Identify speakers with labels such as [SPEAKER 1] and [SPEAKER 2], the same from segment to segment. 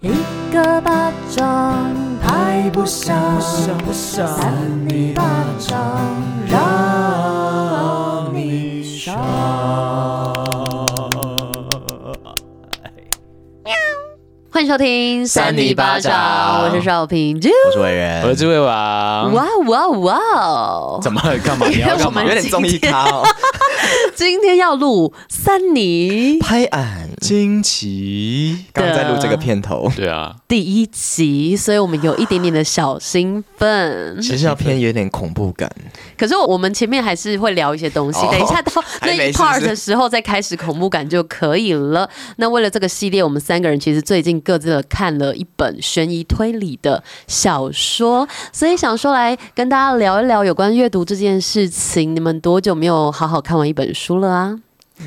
[SPEAKER 1] 一个巴掌拍不响，
[SPEAKER 2] 不想
[SPEAKER 1] 扇你巴掌让你爽。欢迎收听《
[SPEAKER 2] 扇你巴掌
[SPEAKER 1] 我是邵平。
[SPEAKER 3] 我是伟人，
[SPEAKER 2] 我是魏王。
[SPEAKER 1] 哇哇哇哦！
[SPEAKER 2] 怎么干嘛？你
[SPEAKER 1] 因为
[SPEAKER 2] 要
[SPEAKER 1] 我
[SPEAKER 2] 干嘛
[SPEAKER 1] 们？
[SPEAKER 3] 有点综艺咖哦，
[SPEAKER 1] 今天要录三尼
[SPEAKER 3] 拍案。
[SPEAKER 2] 惊奇。
[SPEAKER 3] 刚刚在录这个片头，
[SPEAKER 2] 对啊，
[SPEAKER 1] 第一集，所以我们有一点点的小兴奋。
[SPEAKER 3] 其实要偏有点恐怖感，
[SPEAKER 1] 可是我们前面还是会聊一些东西，
[SPEAKER 3] 哦
[SPEAKER 1] 等一下到 那
[SPEAKER 3] 还
[SPEAKER 1] 一
[SPEAKER 3] 没
[SPEAKER 1] part
[SPEAKER 3] 是不是
[SPEAKER 1] 的时候再开始恐怖感就可以了。那为了这个系列，我们三个人其实最近各自的看了一本悬疑推理的小说，所以想说来跟大家聊一聊有关阅读这件事情。你们多久没有好好看完一本书了啊？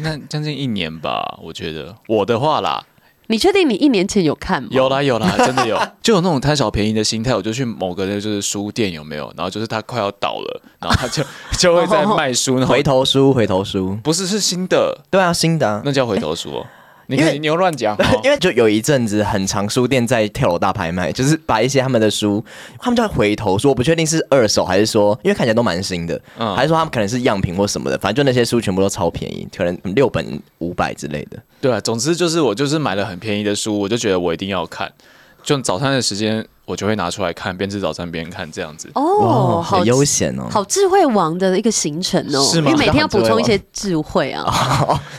[SPEAKER 2] 那将近一年吧，我觉得哦我的话啦，
[SPEAKER 1] 你确定你一年前有看吗？
[SPEAKER 2] 有啦有 啦，真的有，就有那种贪小便宜的心态，我就去某个就是书店有没有？然后就是他快要倒了，然后他 就就会在卖书，然后
[SPEAKER 3] 回头书，回头书，
[SPEAKER 2] 不是是新的，
[SPEAKER 3] 对啊，新的、 啊。
[SPEAKER 2] 那叫回头书 哦。你
[SPEAKER 3] 因为
[SPEAKER 2] 看你又乱讲哦，
[SPEAKER 3] 因为就有一阵子，很长书店在跳楼大拍卖，就是把一些他们的书，他们叫回头书，我不确定是二手还是说，因为看起来都蛮新的，
[SPEAKER 2] 嗯
[SPEAKER 3] 还是说他们可能是样品或什么的，反正就那些书全部都超便宜，可能六本五百之类的。
[SPEAKER 2] 对啊，总之就是我就是买了很便宜的书，我就觉得我一定要看，就早餐的时间我就会拿出来看，边吃早餐边看这样子。
[SPEAKER 1] 哦，好
[SPEAKER 3] 好悠闲哦。
[SPEAKER 1] 好智慧王的一个行程哦，
[SPEAKER 2] 是吗
[SPEAKER 1] 因为每天要补充一些智慧啊。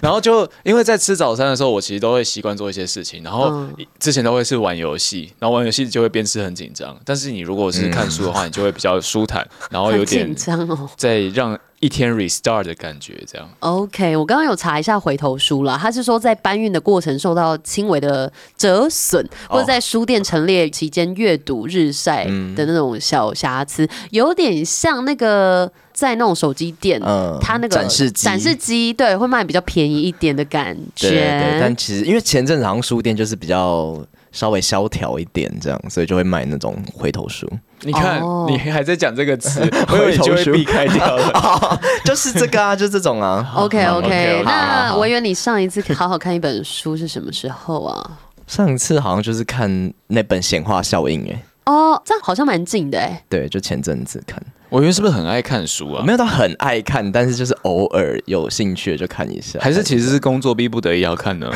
[SPEAKER 2] 然后就因为在吃早餐的时候，我其实都会习惯做一些事情，然后
[SPEAKER 1] 嗯
[SPEAKER 2] 之前都会是玩游戏，然后玩游戏就会边吃很紧张，但是你如果是看书的话，你就会比较舒坦，然后有
[SPEAKER 1] 很紧
[SPEAKER 2] 点
[SPEAKER 1] 张哦。
[SPEAKER 2] 在让一天 restart 的感觉，这样
[SPEAKER 1] OK，我刚刚有查一下回头书啦，他是说在搬运的过程受到轻微的折损，
[SPEAKER 3] 哦
[SPEAKER 1] 或者在书店陈列期间阅读日晒
[SPEAKER 3] 嗯
[SPEAKER 1] 的那种小瑕疵，有点像那个在那种手机店，
[SPEAKER 3] 嗯
[SPEAKER 1] 它那个
[SPEAKER 3] 展示机
[SPEAKER 1] 展示机对会卖比较便宜一点的感觉。
[SPEAKER 3] 对对对，但其实因为前阵子好像书店就是比较稍微萧条一点，这样，所以就会买那种回头书，
[SPEAKER 2] 你看、
[SPEAKER 1] 哦
[SPEAKER 2] 你还在讲这 个词，我以为你就
[SPEAKER 3] 回头
[SPEAKER 2] 会
[SPEAKER 3] 书
[SPEAKER 2] 避开掉了。
[SPEAKER 3] 就是这个啊，就是这种啊。
[SPEAKER 1] OK
[SPEAKER 2] 好
[SPEAKER 1] OK，
[SPEAKER 2] OK，
[SPEAKER 1] 那
[SPEAKER 3] 好
[SPEAKER 1] 文远，你上一次好好看一本书是什么时候啊？
[SPEAKER 3] 上一次好像就是看那本《显化效应》哎，
[SPEAKER 1] 哦，这样好像蛮近的哎、
[SPEAKER 3] 对，就前阵子看，
[SPEAKER 2] 我原是不是很爱看书
[SPEAKER 3] 我
[SPEAKER 2] 啊？
[SPEAKER 3] 没有到很爱看，但是就是偶尔有兴趣就看一下，
[SPEAKER 2] 还是其实是工作逼不得已要看呢？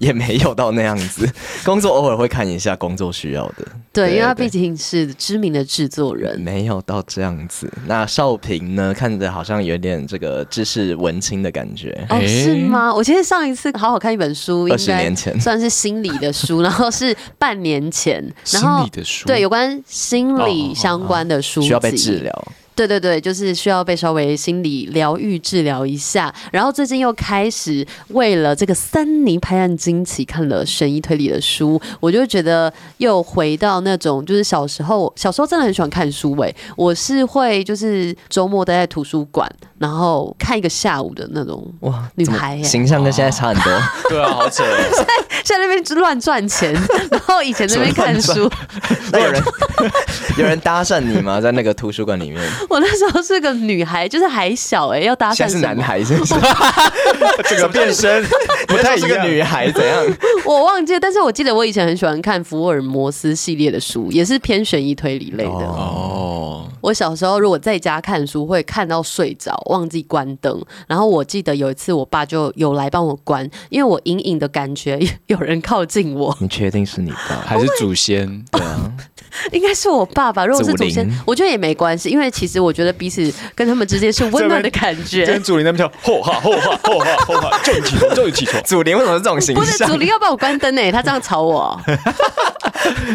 [SPEAKER 3] 也没有到那样 子。工作偶尔会看一下，工作需要的。
[SPEAKER 1] 对，因为他
[SPEAKER 3] 对
[SPEAKER 1] 毕竟是知名的制作人。
[SPEAKER 3] 没有到这样子。那少平呢，看着好像有点这个知识文青的感觉。
[SPEAKER 1] 哦，
[SPEAKER 2] 诶
[SPEAKER 1] 是吗？我其实上一次好好看一本书，应
[SPEAKER 3] 20
[SPEAKER 1] 该
[SPEAKER 3] 哎年前
[SPEAKER 1] 算是心理的 书，然后是半年前，然
[SPEAKER 2] 心
[SPEAKER 1] 后
[SPEAKER 2] 理的书，
[SPEAKER 1] 对有关心
[SPEAKER 2] 哦哦
[SPEAKER 1] 理
[SPEAKER 2] 哦
[SPEAKER 1] 相关的书、
[SPEAKER 3] 需要被治。疗，
[SPEAKER 1] 对对对，就是需要被稍微心理疗愈治疗一下。然后最近又开始为了这个三尼拍案惊奇看了悬疑推理的书，我就觉得又回到那种就是小时候，小时候真的很喜欢看书诶、我是会就是周末待在图书馆，然后看一个下午的那种。
[SPEAKER 3] 哇，
[SPEAKER 1] 女
[SPEAKER 3] 怎么
[SPEAKER 1] 孩耶
[SPEAKER 3] 形象跟现在差很多。
[SPEAKER 2] 对啊，好扯 哦。
[SPEAKER 1] 在那边乱赚 钱，然后以前那边看
[SPEAKER 3] 什
[SPEAKER 1] 书，
[SPEAKER 3] 那有人 有人搭讪你吗？在那个图书馆里面，
[SPEAKER 1] 我那时候是个女孩，就是还小哎、 要搭讪
[SPEAKER 3] 现在是
[SPEAKER 1] 什
[SPEAKER 3] 男
[SPEAKER 1] 么？
[SPEAKER 3] 孩是 不是？这个变身不太是个女孩怎样？
[SPEAKER 1] 我忘记了，但是我记得我以前很喜欢看福尔摩斯系列的书，也是偏悬疑推理类的。
[SPEAKER 2] 哦，
[SPEAKER 1] 我小时候如果在家看书，会看到睡着，忘记关灯。然后我记得有一次，我爸就有来帮我关，因为我隐隐的感觉 有人靠近我，
[SPEAKER 3] 你确定是你吧？
[SPEAKER 2] 还是祖先
[SPEAKER 3] 对 啊，
[SPEAKER 1] 应该是我爸吧。如果是祖先
[SPEAKER 3] 祖灵，
[SPEAKER 1] 我觉得也没关系，因为其实我觉得彼此跟他们之间是温暖的感觉。
[SPEAKER 2] 跟祖灵那边叫 后话后话后话后话，叫你起床叫你起床。
[SPEAKER 3] 祖灵为什么是这种形
[SPEAKER 1] 不是
[SPEAKER 3] 象
[SPEAKER 1] 祖？林要把我关灯呢、欸他这样吵我。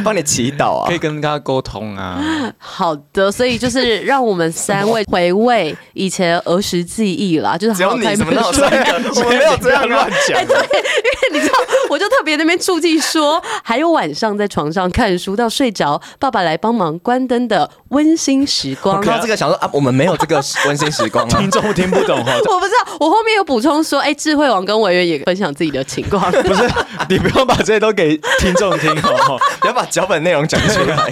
[SPEAKER 3] 帮你祈祷啊
[SPEAKER 2] 可以！跟大家沟 通啊。
[SPEAKER 1] 好的，所以就是让我们三位回味以前儿时记忆啦，就是
[SPEAKER 3] 只
[SPEAKER 1] 好
[SPEAKER 3] 有
[SPEAKER 1] 好
[SPEAKER 3] 你
[SPEAKER 1] 看一
[SPEAKER 3] 怎
[SPEAKER 1] 本
[SPEAKER 3] 么闹
[SPEAKER 1] 书
[SPEAKER 3] 三。个？我们没有这样啊！
[SPEAKER 1] 哎
[SPEAKER 2] 讲。
[SPEAKER 1] 你知道，我就特别那边注记说，还有晚上在床上看书到睡着，爸爸来帮忙关灯的温馨时
[SPEAKER 3] 我
[SPEAKER 1] 光。
[SPEAKER 3] 看到这个想说啊，我们没有这个温馨时光啊
[SPEAKER 2] 听！众听不懂哈，
[SPEAKER 1] 我不知道，我后面有补充说，哎、智慧王跟委员也分享自己的情况。
[SPEAKER 2] 不是 你不用把这些都给听众听哦。
[SPEAKER 3] 不要把脚本内容讲出来。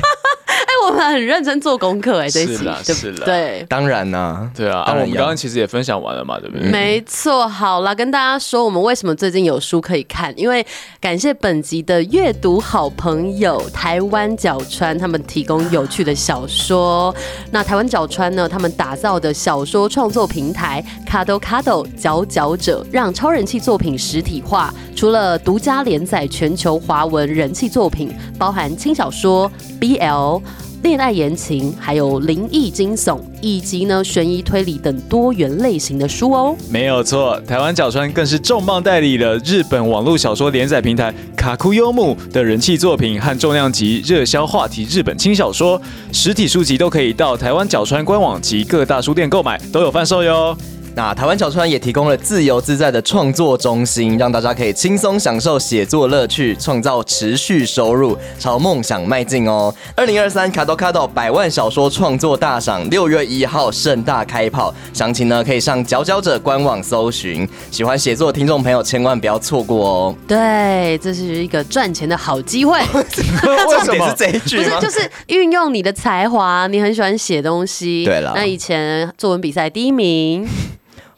[SPEAKER 1] 哎、我们很认真做功课哎、这一期
[SPEAKER 2] 是啦
[SPEAKER 1] 对
[SPEAKER 2] 是
[SPEAKER 1] 不
[SPEAKER 2] 啦
[SPEAKER 1] 对？
[SPEAKER 3] 当然啦，
[SPEAKER 2] 对啊，啊，
[SPEAKER 3] 当
[SPEAKER 2] 我
[SPEAKER 3] 然
[SPEAKER 2] 们
[SPEAKER 3] 要
[SPEAKER 2] 刚刚其实也分享完了嘛，对不对？
[SPEAKER 1] 没错，好啦，跟大家说我们为什么最近有书可以看，因为感谢本集的阅读好朋友台湾角川，他们提供有趣的小说。那台湾角川呢，他们打造的小说创作平台 Kado Kado 佼佼者，让超人气作品实体化。除了独家连载全球华文人气作品，包含轻小说、BL。恋爱言情，还有灵异惊悚，以及呢悬疑推理等多元类型的书哦。
[SPEAKER 2] 没有错，台湾角川更是重磅代理了日本网络小说连载平台卡库优木的人气作品和重量级热销话题日本轻小说，实体书籍都可以到台湾角川官网及各大书店购买，都有贩售哟。
[SPEAKER 3] 那台湾角川也提供了自由自在的创作中心，让大家可以轻松享受写作乐趣，创造持续收入，朝梦想迈进哦。二零二三卡多卡多百万小说创作大赏六月一号盛大开跑，详情呢可以上佼佼者官网搜寻。喜欢写作的听众朋友千万不要错过哦。
[SPEAKER 1] 对，这是一个赚钱的好机会。
[SPEAKER 3] 为什 么是这一
[SPEAKER 1] 不
[SPEAKER 3] 句
[SPEAKER 1] 是
[SPEAKER 3] 吗，？
[SPEAKER 1] 就是运用你的才华，你很喜欢写东西。
[SPEAKER 3] 对啦
[SPEAKER 1] 那以前作文比赛第一名，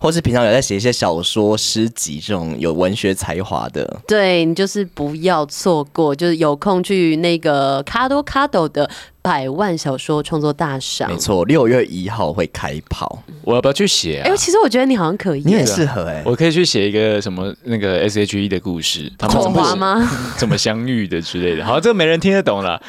[SPEAKER 3] 或是平常有在写一些小说、诗集这种有文学才华的，
[SPEAKER 1] 对你就是不要错过，就是有空去那个卡多卡多的百万小说创作大赏
[SPEAKER 3] 没。错，六月一号会开跑，
[SPEAKER 2] 我要不要去写、
[SPEAKER 1] 哎、
[SPEAKER 2] 啊？
[SPEAKER 1] 其实我觉得你好像可以
[SPEAKER 3] 你
[SPEAKER 1] 耶。
[SPEAKER 3] 很适合哎、
[SPEAKER 2] 我可以去写一个什么那个 S H E 的故事，
[SPEAKER 3] 啊
[SPEAKER 2] 他们
[SPEAKER 1] 口
[SPEAKER 2] 怎么
[SPEAKER 1] 华吗？
[SPEAKER 2] 怎么相遇的之类的。好，这个没人听得懂了。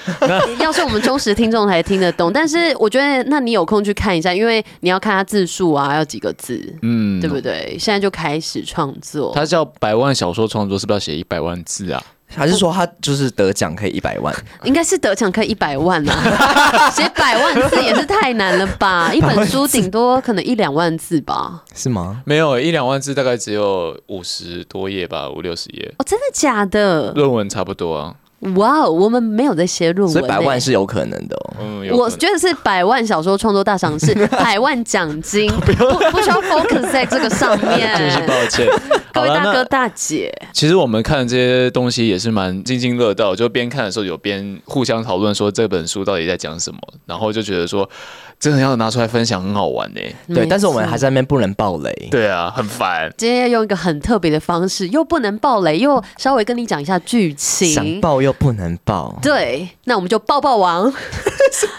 [SPEAKER 1] 要是我们忠实听众才听得懂，但是我觉得，那你有空去看一下，因为你要看它字数啊，要几个字，
[SPEAKER 2] 嗯
[SPEAKER 1] 对，不对？现在就开始创作，
[SPEAKER 2] 他叫百万小说创作，是不是要写一百万字啊？
[SPEAKER 3] 还是说他就是得奖可以一百万？
[SPEAKER 1] 应该是得奖可以一百万啊， 写百万字也是太难了吧？一本书顶多可能一两万字吧？
[SPEAKER 3] 是吗？
[SPEAKER 2] 没有，一两万字大概只有五十多页吧，五六十页。
[SPEAKER 1] 哦，真的假的？
[SPEAKER 2] 论文差不多啊，
[SPEAKER 1] 哇哦，我们没有在写论
[SPEAKER 3] 所
[SPEAKER 1] 文、
[SPEAKER 3] 以
[SPEAKER 1] 欸，
[SPEAKER 3] 百万是有可能的哦。
[SPEAKER 2] 嗯，有可
[SPEAKER 1] 我
[SPEAKER 2] 能
[SPEAKER 1] 觉得是百万小说创作大赏是百万奖金，不不需要 focus 在这个上面。
[SPEAKER 2] 真是 抱歉。
[SPEAKER 1] 各
[SPEAKER 2] 好
[SPEAKER 1] 位
[SPEAKER 2] 了，
[SPEAKER 1] 大哥
[SPEAKER 2] 那
[SPEAKER 1] 大姐，
[SPEAKER 2] 其实我们看这些东西也是蛮津津乐道，就边看的时候有边互相讨论说这本书到底在讲什么，然后就觉得说真的要拿出来分享，很好玩欸呢、
[SPEAKER 1] 没
[SPEAKER 3] 对，但是我们
[SPEAKER 1] 错
[SPEAKER 3] 还在那边不能爆雷。
[SPEAKER 2] 对啊，很烦。
[SPEAKER 1] 今天要用一个很特别的方式，又不能爆雷，又稍微跟你讲一下剧
[SPEAKER 3] 想
[SPEAKER 1] 情。
[SPEAKER 3] 爆又不能 爆，
[SPEAKER 1] 对，那我们就爆爆王。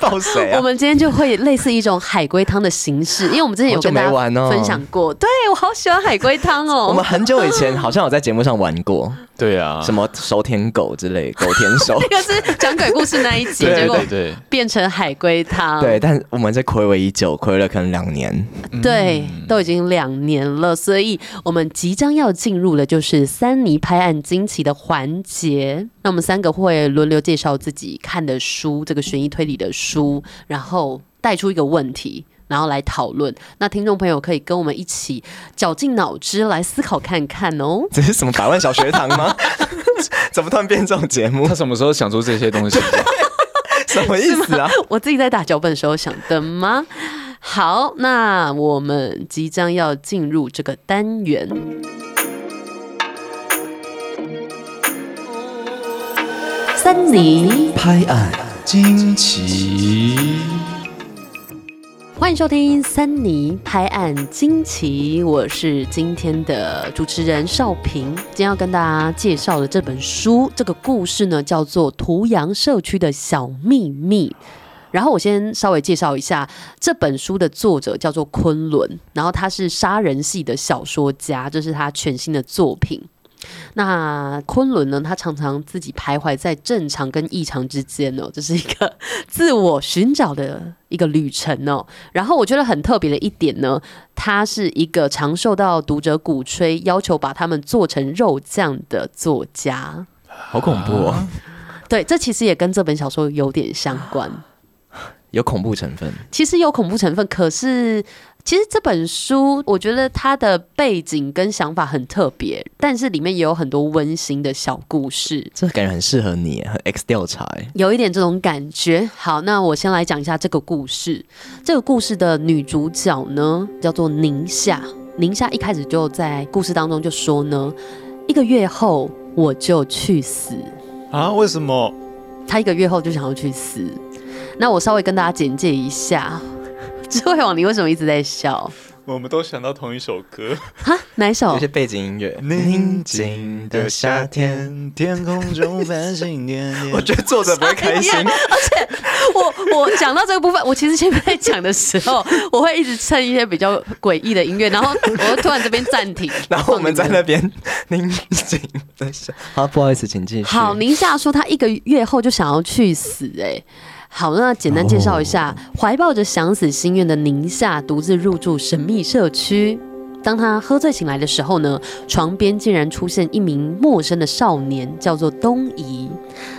[SPEAKER 3] 爆谁啊
[SPEAKER 1] 我？们今天就会类似一种海龟汤的形式，因为我们之前有
[SPEAKER 3] 好久
[SPEAKER 1] 跟大家
[SPEAKER 3] 没玩哦
[SPEAKER 1] 分享过。对我好喜欢海龟汤
[SPEAKER 3] 我们
[SPEAKER 1] 哦，。
[SPEAKER 3] 很久以前好像有在节目上玩过，
[SPEAKER 2] 对啊，
[SPEAKER 3] 什么手舔狗之类，狗舔手
[SPEAKER 1] 那个是讲鬼故事那一集，
[SPEAKER 2] 对
[SPEAKER 1] 结
[SPEAKER 2] 对
[SPEAKER 1] 果
[SPEAKER 2] 对对，
[SPEAKER 1] 变成海龟汤。
[SPEAKER 3] 对，但我们在暌违已久，暌违了可能两年。
[SPEAKER 1] 对，都已经两年了，所以我们即将要进入的就是三尼拍案惊奇的环节。那我们三个会轮流介绍自己看的书，这个悬疑推理的书，然后带出一个问题。然后来讨论，那听众朋友可以跟我们一起绞尽脑汁来思考看看哦。
[SPEAKER 3] 这是什么百万小学堂吗？ 怎么突然变这种 节目
[SPEAKER 2] 他？什么时候想出这些东 西？
[SPEAKER 3] 什么意思啊？
[SPEAKER 1] 我自己在打脚本的时候想的吗？好，那我们即将要进入这个单元。三尼，
[SPEAKER 3] 拍案，
[SPEAKER 2] 惊奇，
[SPEAKER 1] 欢迎收听《三尼拍案惊奇》，我是今天的主持人少平。今天要跟大家介绍的这本书，这个故事呢叫做《涂阳社区的小秘密》。然后我先稍微介绍一下这本书的作者叫做昆仑，然后他是杀人系的小说家，这是他全新的作品。那昆仑呢？他常常自己徘徊在正常跟异常之间哦，这是一个自我寻找的一个旅程哦。然后我觉得很特别的一点呢，他是一个常受到读者鼓吹，要求把他们做成肉酱的作家。
[SPEAKER 3] 好恐怖哦，
[SPEAKER 1] 对，这其实也跟这本小说有点相关。
[SPEAKER 3] 有恐怖成分。
[SPEAKER 1] 其实有恐怖成分，可是其实这本书，我觉得它的背景跟想法很特别，但是里面也有很多温馨的小故事。
[SPEAKER 3] 这感觉很适合你，很 X 调查欸。
[SPEAKER 1] 有一点这种感觉。好，那我先来讲一下这个故事。这个故事的女主角呢，叫做宁夏。宁夏一开始就在故事当中就说呢，一个月后我就去死。
[SPEAKER 2] 啊？为什么？
[SPEAKER 1] 她一个月后就想要去死。那我稍微跟大家简介一下， 智慧网你为什么一直在笑？
[SPEAKER 2] 我们都想到同一首歌，
[SPEAKER 1] 哈，哪一首
[SPEAKER 3] 有些？背景音乐。
[SPEAKER 2] 宁静的夏天，天空中繁星点点。
[SPEAKER 3] 我觉得作者不会开 心，
[SPEAKER 1] 哎，呀我我讲到这个部分，我其实前面在讲的时候，我会一直蹭一些比较诡异的音乐，然后我就突然这边暂停
[SPEAKER 3] 然后我们在那边宁静的夏。好，不好意思，请继续。
[SPEAKER 1] 好，宁夏说他一个月后就想要去死、哎。好，那简单介绍一下，怀抱着想死心愿的宁夏独自入住神秘社区。当他喝醉醒来的时候呢，床边竟然出现一名陌生的少年，叫做东夷。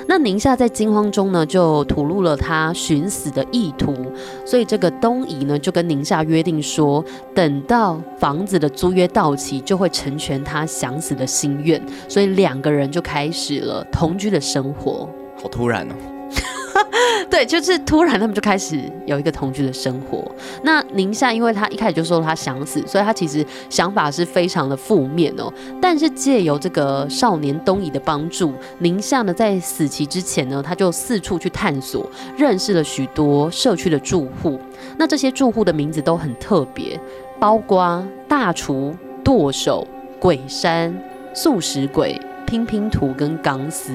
[SPEAKER 1] 那宁夏在惊慌中呢，就吐露了他寻死的意图，所以这个东夷呢，就跟宁夏约定说，等到房子的租约到期，就会成全他想死的心愿。所以两个人就开始了同居的生活。
[SPEAKER 3] 好突然哦。
[SPEAKER 1] 对，就是突然他们就开始有一个同居的生活。那宁夏因为他一开始就说他想死，所以他其实想法是非常的负面哦。但是借由这个少年东夷的帮助，宁夏呢在死期之前呢，他就四处去探索，认识了许多社区的住户。那这些住户的名字都很特别，包括大厨、剁手、鬼山、素食鬼、拼拼图跟钢丝。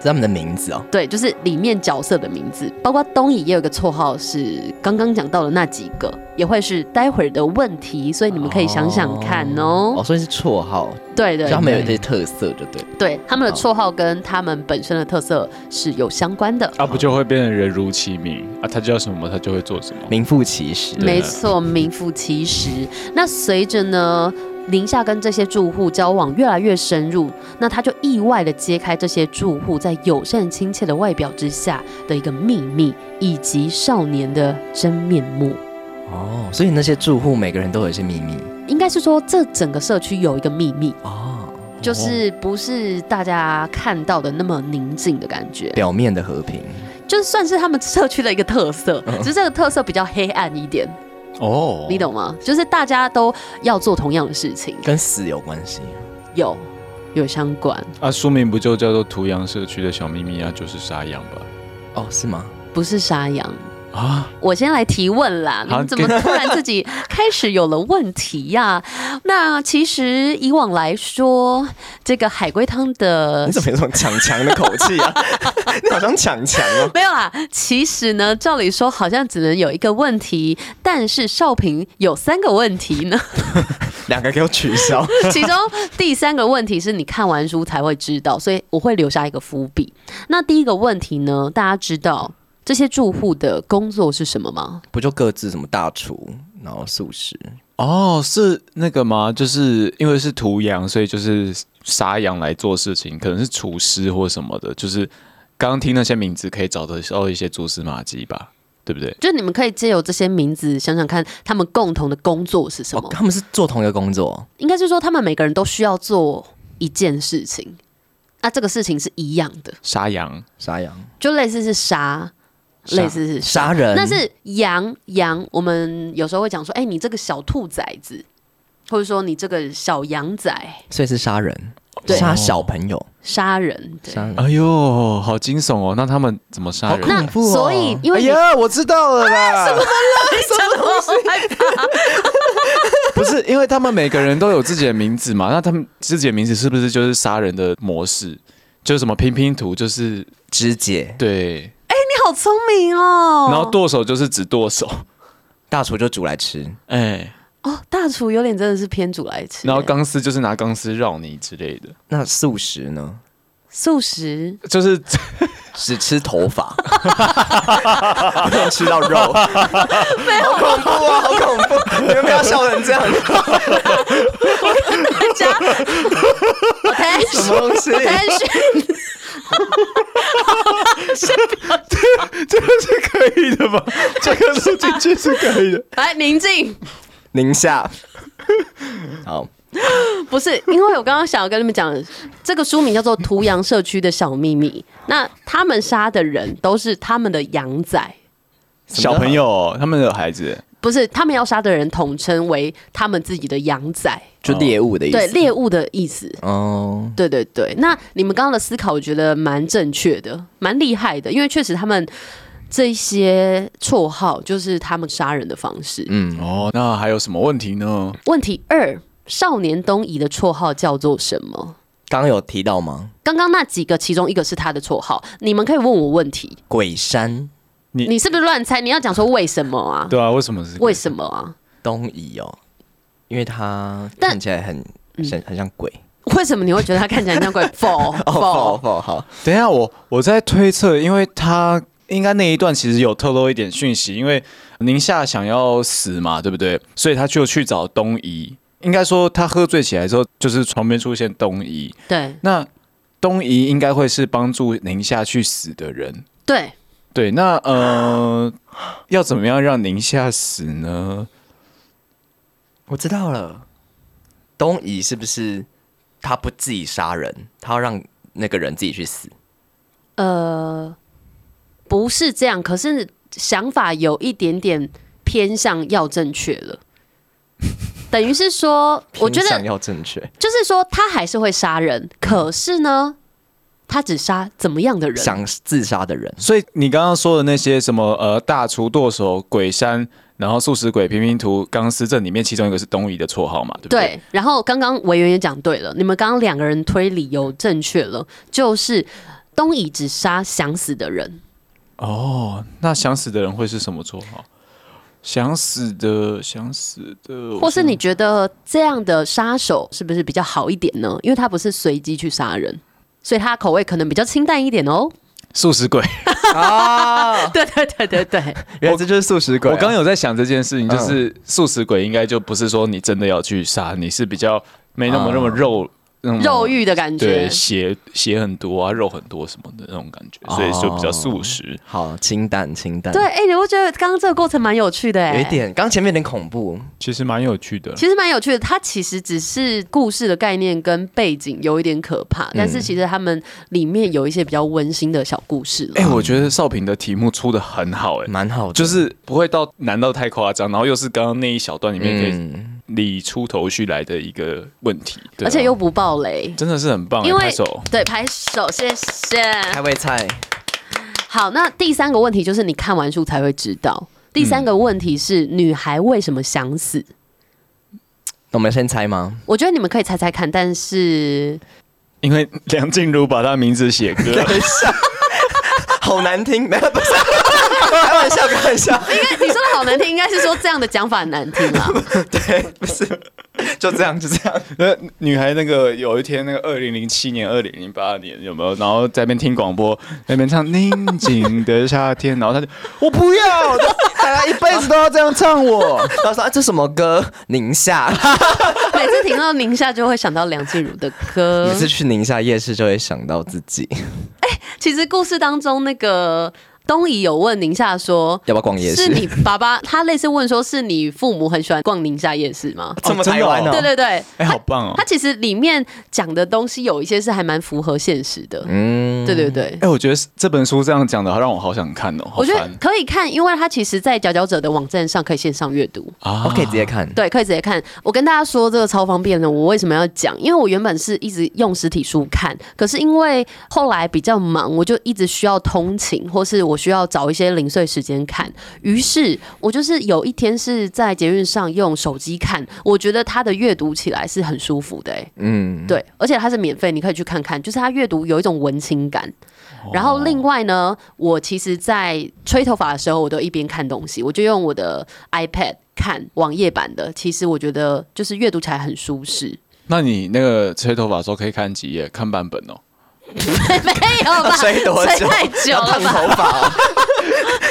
[SPEAKER 3] 是他们的名字哦，
[SPEAKER 1] 对，就是里面角色的名字，包括东野也有一个绰号是刚刚讲到的那几个，也会是待会儿的问题，所以你们可以想想看哦。
[SPEAKER 3] 哦，所以是绰号，
[SPEAKER 1] 对对
[SPEAKER 3] 就
[SPEAKER 1] 对，
[SPEAKER 3] 他们有一些特色，就对。
[SPEAKER 1] 对他们的
[SPEAKER 3] 好
[SPEAKER 1] 绰号跟他们本身的特色是有相关的。
[SPEAKER 3] 哦
[SPEAKER 2] 啊，不就会变成人如其名啊？他叫什么，他就会做什么。
[SPEAKER 3] 名副其实。
[SPEAKER 2] 对
[SPEAKER 1] 没错，名副其实。那随着呢，宁夏跟这些住户交往越来越深入，那他就意外的揭开这些住户在友善亲切的外表之下的一个秘密，以及少年的真面目。
[SPEAKER 3] 哦，所以那些住户每个人都有一些秘密
[SPEAKER 1] 应该是说这整个社区有一个秘密，
[SPEAKER 3] 哦，
[SPEAKER 1] 就是不是大家看到的那么宁静的感觉，
[SPEAKER 3] 表面的和平。
[SPEAKER 1] 就算是他们社区的一个特色，只是这个特色比较黑暗一点，
[SPEAKER 2] 嗯哦
[SPEAKER 1] 你懂吗？就是大家都要做同样的事情，
[SPEAKER 3] 跟死有关系，
[SPEAKER 1] 有有相关，
[SPEAKER 2] 啊？书名不就叫做《图羊社区的小秘密》啊？就是杀羊吧？
[SPEAKER 3] 哦，是吗？
[SPEAKER 1] 不是杀羊。
[SPEAKER 2] 啊，
[SPEAKER 1] 我先来提问啦，你
[SPEAKER 2] 好
[SPEAKER 1] 们怎么突然自己开始有了问题呀、 那其实以往来说，这个海龟汤的
[SPEAKER 3] 你怎么有种抢强的口气 啊？你好像抢强哦。
[SPEAKER 1] 没有啦，其实呢，照理说好像只能有一个问题，但是少平有三个问题 呢。
[SPEAKER 3] 两个给我取消。
[SPEAKER 1] 其中第三个问题是你看完书才会知道，所以我会留下一个伏笔。那第一个问题呢，大家知道这些住户的工作是什么吗？
[SPEAKER 3] 不就各自什么大厨，然后素食，
[SPEAKER 2] 哦，是那个吗？就是因为是图羊，所以就是杀羊来做事情，可能是厨师或什么的。就是刚刚听那些名字，可以找得到一些蛛丝马迹吧？对不对？
[SPEAKER 1] 就你们可以借由这些名字想想看，他们共同的工作是什
[SPEAKER 3] 哦
[SPEAKER 1] 么，？
[SPEAKER 3] 他们是做同一个工作，
[SPEAKER 1] 应该是说他们每个人都需要做一件事情，那这个事情是一样的，
[SPEAKER 2] 杀羊
[SPEAKER 3] 杀羊、
[SPEAKER 1] 就类似是杀，
[SPEAKER 3] 杀
[SPEAKER 1] 类似是
[SPEAKER 3] 杀
[SPEAKER 2] 嗯
[SPEAKER 3] 人，
[SPEAKER 1] 但是羊羊，我们有时候会讲说，哎、你这个小兔崽子，或者说你这个小羊仔
[SPEAKER 3] 所以是杀人，
[SPEAKER 1] 对
[SPEAKER 3] 杀小朋友，
[SPEAKER 1] 杀人，对。
[SPEAKER 3] 杀人。
[SPEAKER 2] 哎呦，好惊悚哦！那他们怎么杀人？
[SPEAKER 1] 那所以，因为你、
[SPEAKER 2] 哦哎 呀，我知道了啦！什么啦？
[SPEAKER 1] 哎
[SPEAKER 2] 不是，因为他们每个人都有自己的名字嘛，那 他们自己的名字是不是就是杀人的模式？就是什么拼拼图，就是
[SPEAKER 3] 肢解，
[SPEAKER 2] 对，
[SPEAKER 1] 你好聪明哦。
[SPEAKER 2] 然后剁手就是只剁手，
[SPEAKER 3] 大厨就煮来吃，
[SPEAKER 2] 哎，
[SPEAKER 1] 哦，大厨有点真的是偏主来吃。
[SPEAKER 2] 然后钢丝就是拿钢丝绕你之类的，
[SPEAKER 3] 那素食呢？
[SPEAKER 1] 素食，
[SPEAKER 2] 就是
[SPEAKER 3] 只吃头 发，不能吃到肉，好恐怖啊！好恐怖！你们不要笑成这样，
[SPEAKER 1] 大家，我太
[SPEAKER 3] 什么东西？
[SPEAKER 1] 太逊，
[SPEAKER 2] 这个是可以的吧？这个录进去是可以的。
[SPEAKER 1] 来哎宁静，
[SPEAKER 3] 宁夏，好，
[SPEAKER 1] 不是，因为我刚刚想要跟你们讲，这个书名叫做《图羊社区的小秘密》，那他们杀的人都是他们的羊仔。
[SPEAKER 2] 小朋友哦，他们有孩子，
[SPEAKER 1] 不是，他们要杀的人统称为他们自己的羊仔，
[SPEAKER 3] 就猎物的意思。
[SPEAKER 1] 对猎物的意思。
[SPEAKER 3] 哦，
[SPEAKER 1] 对对对，那你们刚刚的思考，我觉得蛮正确的，蛮厉害的，因为确实他们这些绰号就是他们杀人的方式。
[SPEAKER 3] 嗯，
[SPEAKER 2] 哦，那还有什么问题呢？
[SPEAKER 1] 问题二：少年东夷的绰号叫做什么？
[SPEAKER 3] 刚刚有提到吗？
[SPEAKER 1] 刚刚那几个，其中一个是他的绰号，你们可以问我问题。
[SPEAKER 3] 鬼山
[SPEAKER 2] 你
[SPEAKER 1] 你是不是乱猜？你要讲说为什么啊？
[SPEAKER 2] 对啊，为什么是？
[SPEAKER 1] 为什么啊？
[SPEAKER 3] 东夷哦，因为他
[SPEAKER 1] 但嗯
[SPEAKER 3] 看起来很很很像 鬼。
[SPEAKER 1] 为什么你会觉得他看起来像鬼？ 否
[SPEAKER 3] 哦，
[SPEAKER 1] 否，
[SPEAKER 3] 否好，
[SPEAKER 2] 等一下，我我在推测，因为他应该那一段其实有透露一点讯息，因为宁夏想要死嘛，对不对？所以他就去找东夷。应该说，他喝醉起来之后，就是床边出现东夷。
[SPEAKER 1] 对
[SPEAKER 2] 那东夷应该会是帮助宁夏去死的人。
[SPEAKER 1] 对，
[SPEAKER 2] 对，那呃，要怎么样让宁夏死呢？
[SPEAKER 3] 我知道了。东夷是不是他不自己杀人，他要让那个人自己去死？
[SPEAKER 1] 呃，不是这样，可是想法有一点点偏向要正确 了。等于是说，我觉
[SPEAKER 3] 偏向
[SPEAKER 1] 得
[SPEAKER 3] 要正确，
[SPEAKER 1] 就是说，他还是会杀人，可是呢，他只杀怎么样的人？
[SPEAKER 3] 想自杀的人，
[SPEAKER 2] 所以你刚刚说的那些什么呃，大厨剁手、鬼山，然后素食鬼、平平图、钢丝阵里面，其中一个是东夷的绰号嘛，对不对？
[SPEAKER 1] 对，然后刚刚委员也讲对了，你们刚刚两个人推理有正确了，就是东夷只杀想死的人，
[SPEAKER 2] 哦，那想死的人会是什么绰号？想死的，想死的，
[SPEAKER 1] 或是你觉得这样的杀手是不是比较好一点呢？因为他不是随机去杀人，所以他口味可能比较清淡一点哦。
[SPEAKER 2] 素食鬼。
[SPEAKER 3] 啊，
[SPEAKER 1] 对对对对对，
[SPEAKER 3] 原来这就是素食鬼啊、
[SPEAKER 2] 我刚有在想这件事情，就是素食鬼应该就不是说你真的要去杀，你是比较没那么
[SPEAKER 3] 嗯
[SPEAKER 2] 那么肉那么
[SPEAKER 1] 肉欲的感觉
[SPEAKER 2] 对，血血很多啊，肉很多什么的那种感觉，所以就比较素食。
[SPEAKER 3] 好清淡清淡，
[SPEAKER 1] 对，，哎、你会觉得刚刚这个过程蛮有趣的、哎，
[SPEAKER 3] 有一点，刚前面有点恐怖，
[SPEAKER 2] 其实蛮有趣的。
[SPEAKER 1] 其实蛮有趣的，它其实只是故事的概念跟背景有一点可
[SPEAKER 2] 嗯
[SPEAKER 1] 怕，但是其实他们里面有一些比较温馨的小故事了。
[SPEAKER 2] 哎、我觉得少平的题目出的很好、哎，
[SPEAKER 3] 蛮好的，
[SPEAKER 2] 就是不会到难到太夸张，然后又是刚刚那一小段里面可以
[SPEAKER 3] 嗯，
[SPEAKER 2] 理出头绪来的一个问题，对啊
[SPEAKER 1] 而且又不爆雷，
[SPEAKER 2] 真的是很棒、哎
[SPEAKER 1] 因为
[SPEAKER 2] 拍手。
[SPEAKER 1] 对拍手，谢谢。
[SPEAKER 3] 开胃菜，
[SPEAKER 1] 好，那第三个问题就是你看完书才会知道。第三个问题是女孩为什么想死？
[SPEAKER 3] 那我们先猜吗？
[SPEAKER 1] 我觉得你们可以猜猜看，但是
[SPEAKER 2] 因为梁静茹把她名字写歌，
[SPEAKER 3] 好难听，没有，不是，开玩笑，开玩笑，
[SPEAKER 1] 因为你说的好难听，应该是说这样的讲法很难听啦。
[SPEAKER 3] 对，不是，就这样，就这样，
[SPEAKER 2] 那女孩那个有一天，那个二零零七年、二零零八年有没有？然后在那边听广播，那边唱《宁静的夏天》，然后 她就哦我不要，大家一辈子都要这样唱我。
[SPEAKER 3] 然后说啊，这什么歌？宁夏，
[SPEAKER 1] 每次听到宁夏就会想到梁静茹的歌
[SPEAKER 3] 每。次去宁夏夜市就会想到自己，
[SPEAKER 1] 其实故事当中，那个东夷有问宁夏说
[SPEAKER 3] 要不要逛夜：“市？
[SPEAKER 1] 是你爸爸？” 他类似问说：“是你父母很喜欢逛宁夏夜市吗？”
[SPEAKER 3] 这么
[SPEAKER 2] 哦真的
[SPEAKER 3] 台
[SPEAKER 2] 哦
[SPEAKER 3] 湾哦，
[SPEAKER 1] 对对对，
[SPEAKER 2] 哎、好棒哦！
[SPEAKER 1] 它其实里面讲的东西有一些是还蛮符合现实的，
[SPEAKER 3] 嗯
[SPEAKER 1] 对对对
[SPEAKER 2] 哎、。我觉得这本书这样讲的，让我好想看哦，好
[SPEAKER 1] 我觉得
[SPEAKER 2] 烦
[SPEAKER 1] 可以看，因为它其实，在佼佼者的网站上可以线上阅读，
[SPEAKER 2] 啊
[SPEAKER 3] 我可以直接看，
[SPEAKER 1] 对，可以直接看。我跟大家说，这个超方便的。我为什么要讲？因为我原本是一直用实体书看，可是因为后来比较忙，我就一直需要通勤，或是我需要找一些零碎时间看。于是，我就是有一天是在捷运上用手机看，我觉得它的阅读起来是很舒服的、欸，
[SPEAKER 3] 嗯，
[SPEAKER 1] 对，而且它是免费，你可以去看看，就是它阅读有一种文青感。
[SPEAKER 3] 哦
[SPEAKER 1] 然后另外呢，我其实，在吹头发的时候，我都一边看东西，我就用我的 iPad 看网页版的。其实我觉得就是阅读起来很舒 适，
[SPEAKER 2] 那你那个吹头发的时候可以看几页？看版本哦。
[SPEAKER 1] 没有吧？
[SPEAKER 3] 吹多久？
[SPEAKER 1] 太久
[SPEAKER 3] 要
[SPEAKER 1] 了
[SPEAKER 3] 烫
[SPEAKER 1] 吧？
[SPEAKER 3] 头 发哦，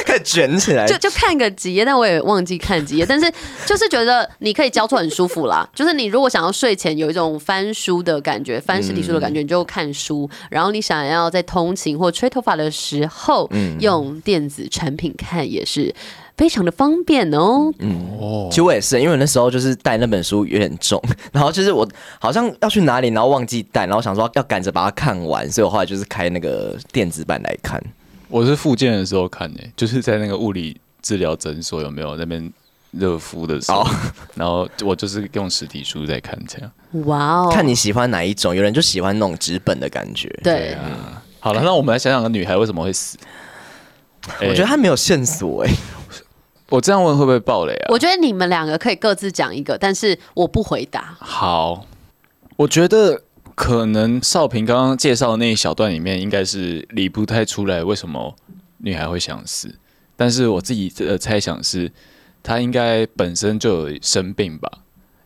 [SPEAKER 3] 开始卷起来，
[SPEAKER 1] 就就看个几页，但我也忘记看几页，但是就是觉得你可以交错很舒服啦。 就是你如果想要睡前有一种翻书的感觉，翻实体书的
[SPEAKER 3] 嗯
[SPEAKER 1] 感觉，你就看书；然后你想要在通勤或吹头发的时候
[SPEAKER 3] 嗯
[SPEAKER 1] 用电子产品看，也是非常的方便哦。
[SPEAKER 2] 哦
[SPEAKER 3] 其，实我也是，因为那时候就是带那本书有点重，然后就是我好像要去哪里，然后忘记带，然后想说要赶着把它看完，所以我后来就是开那个电子版来看。
[SPEAKER 2] 我是复健的时候看的、就是在那个物理治疗诊所有没有那边热敷的时候，
[SPEAKER 3] 哦
[SPEAKER 2] 然后我就是用实体书在看这样。
[SPEAKER 1] 哇哦！
[SPEAKER 3] 看你喜欢哪一种，有人就喜欢那种纸本的感觉。
[SPEAKER 1] 对
[SPEAKER 2] 啊，好了，那我们来想想，女孩为什么会死？
[SPEAKER 3] 我觉得
[SPEAKER 2] 哎
[SPEAKER 3] 他没有线索哎、
[SPEAKER 2] 我这样问会不会爆雷啊？
[SPEAKER 1] 我觉得你们两个可以各自讲一个，但是我不回答。
[SPEAKER 2] 好，我觉得可能少平刚刚介绍的那一小段里面，应该是理不太出来为什么女孩会想死，但是我自己的猜想是，她应该本身就有生病吧，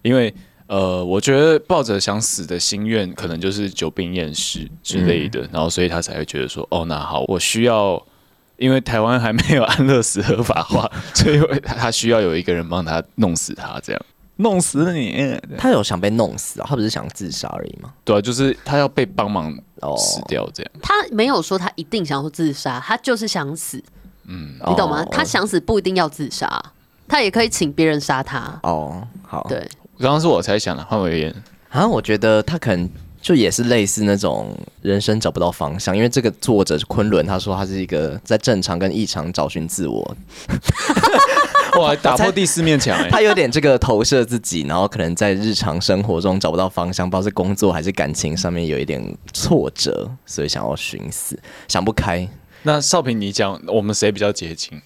[SPEAKER 2] 因为。呃，我觉得抱着想死的心愿，可能就是久病厌世之类的，然后所以她才会觉得说，哦，那好，我需要，因为台湾还没有安乐死合法化，所以我她需要有一个人帮她弄死她，这样弄死你，这样
[SPEAKER 3] 他有想被弄死啊、他不是想自杀而已吗？
[SPEAKER 2] 对啊，就是他要被帮忙
[SPEAKER 3] 哦，
[SPEAKER 2] 死掉这样。
[SPEAKER 1] 他没有说他一定想要自杀，他就是想死，
[SPEAKER 3] 你
[SPEAKER 1] 你懂
[SPEAKER 3] 哦
[SPEAKER 1] 吗？他想死不一定要自杀，他也可以请别人杀他。
[SPEAKER 3] 哦，好，
[SPEAKER 1] 对，
[SPEAKER 2] 刚刚是我猜想的，换伟 言，
[SPEAKER 3] 啊，我觉得他可能就也是类似那种人生找不到方向，因为这个作者昆仑他说他是一个在正常跟异常找寻自我，
[SPEAKER 2] 哇，打破第四面墙 哎、
[SPEAKER 3] 他有点这个投射自己，然后可能在日常生活中找不到方向，不知道是工作还是感情上面有一点挫折，所以想要寻死，想不开。
[SPEAKER 2] 那少平，你讲我们谁比较接近？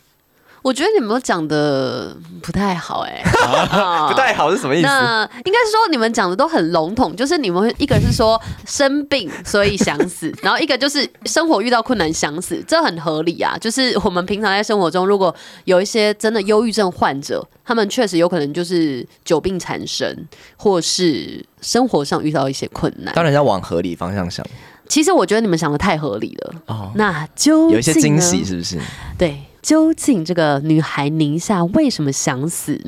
[SPEAKER 1] 我觉得你们都讲的不太好、 欸，哎、
[SPEAKER 3] 不太好是什么意思？
[SPEAKER 1] 那应该是说你们讲的都很笼统，就是你们会一个是说生病所以想死，然后一个就是生活遇到困难想死，这很合理啊。就是我们平常在生活中，如果有一些真的忧郁症患者，他们确实有可能就是久病缠身，或是生活上遇到一些困难。
[SPEAKER 3] 当然要往合理方向想，
[SPEAKER 1] 其实我觉得你们想的太合理了。
[SPEAKER 3] 哦
[SPEAKER 1] 那究竟
[SPEAKER 3] 有一些惊
[SPEAKER 1] 呢
[SPEAKER 3] 喜是不是？
[SPEAKER 1] 对，究竟这个女孩宁夏为什么想死？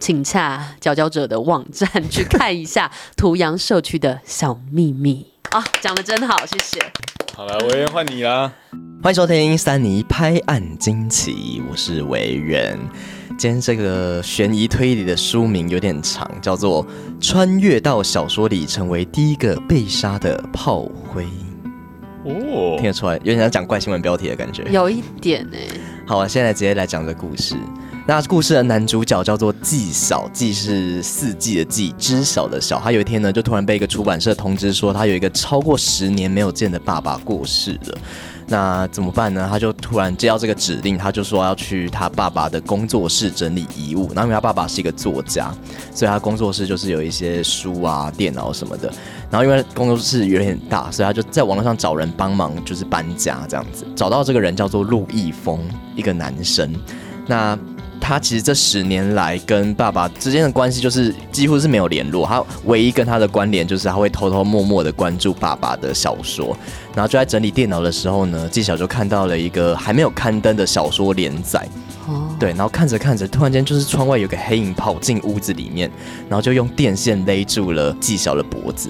[SPEAKER 1] 请洽佼佼者的网站去看一下图阳社区的小秘密啊！讲的真好，谢谢。
[SPEAKER 2] 好了，伟言换你啦。
[SPEAKER 3] 欢迎收听三尼拍案惊奇，我是维人。今天这个悬疑推理的书名有点长，叫做《穿越到小说里成为第一个被杀的炮灰》，
[SPEAKER 2] 哦
[SPEAKER 3] 听，得出来有点像讲怪新闻标题的感觉。
[SPEAKER 1] 有一点哎、
[SPEAKER 3] 好啊，现在直接来讲这故事。那故事的男主角叫做季晓，季是四季的季，知晓的晓。他有一天呢，就突然被一个出版社通知说，他有一个超过十年没有见的爸爸过世了。那怎么办呢？他就突然接到这个指令，他就说要去他爸爸的工作室整理遗物。然后因为他爸爸是一个作家，所以他工作室就是有一些书啊、电脑什么的。然后因为工作室有点大，所以他就在网络上找人帮忙，就是搬家这样子。找到这个人叫做陆毅峰，一个男生。那他其实这十年来跟爸爸之间的关系就是几乎是没有联络，他唯一跟他的关联就是他会偷偷摸摸的关注爸爸的小说。然后就在整理电脑的时候呢，纪晓就看到了一个还没有刊登的小说连载，
[SPEAKER 1] 哦，
[SPEAKER 3] 对，然后看着看着，突然间就是窗外有个黑影跑进屋子里面，然后就用电线勒住了纪晓的脖子，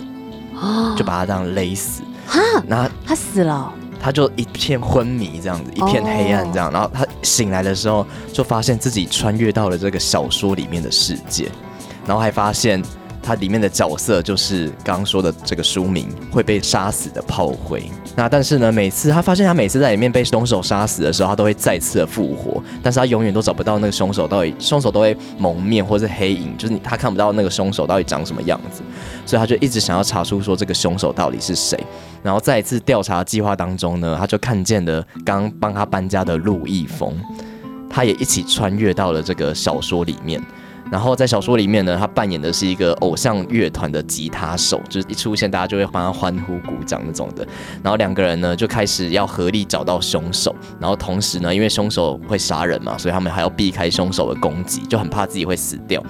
[SPEAKER 3] 就把他这样勒死。然后
[SPEAKER 1] 哦他死了哦、
[SPEAKER 3] 他就一片昏迷这样子，一片黑暗这样。然后他醒来的时候，就发现自己穿越到了这个小说里面的世界，然后还发现它里面的角色就是刚刚说的这个书名会被杀死的炮灰。那但是呢，每次他发现他每次在里面被凶手杀死的时候，他都会再次的复活，但是他永远都找不到那个凶手到底，凶手都会蒙面或是黑影，就是你他看不到那个凶手到底长什么样子，所以他就一直想要查出说这个凶手到底是谁。然后在一次调查计划当中呢，他就看见了刚帮他搬家的陆毅峰，他也一起穿越到了这个小说里面。然后在小说里面呢，他扮演的是一个偶像乐团的吉他手，就是一出现大家就会帮他欢呼鼓掌那种的。然后两个人呢就开始要合力找到凶手，然后同时呢，因为凶手会杀人嘛，所以他们还要避开凶手的攻击，就很怕自己会死掉。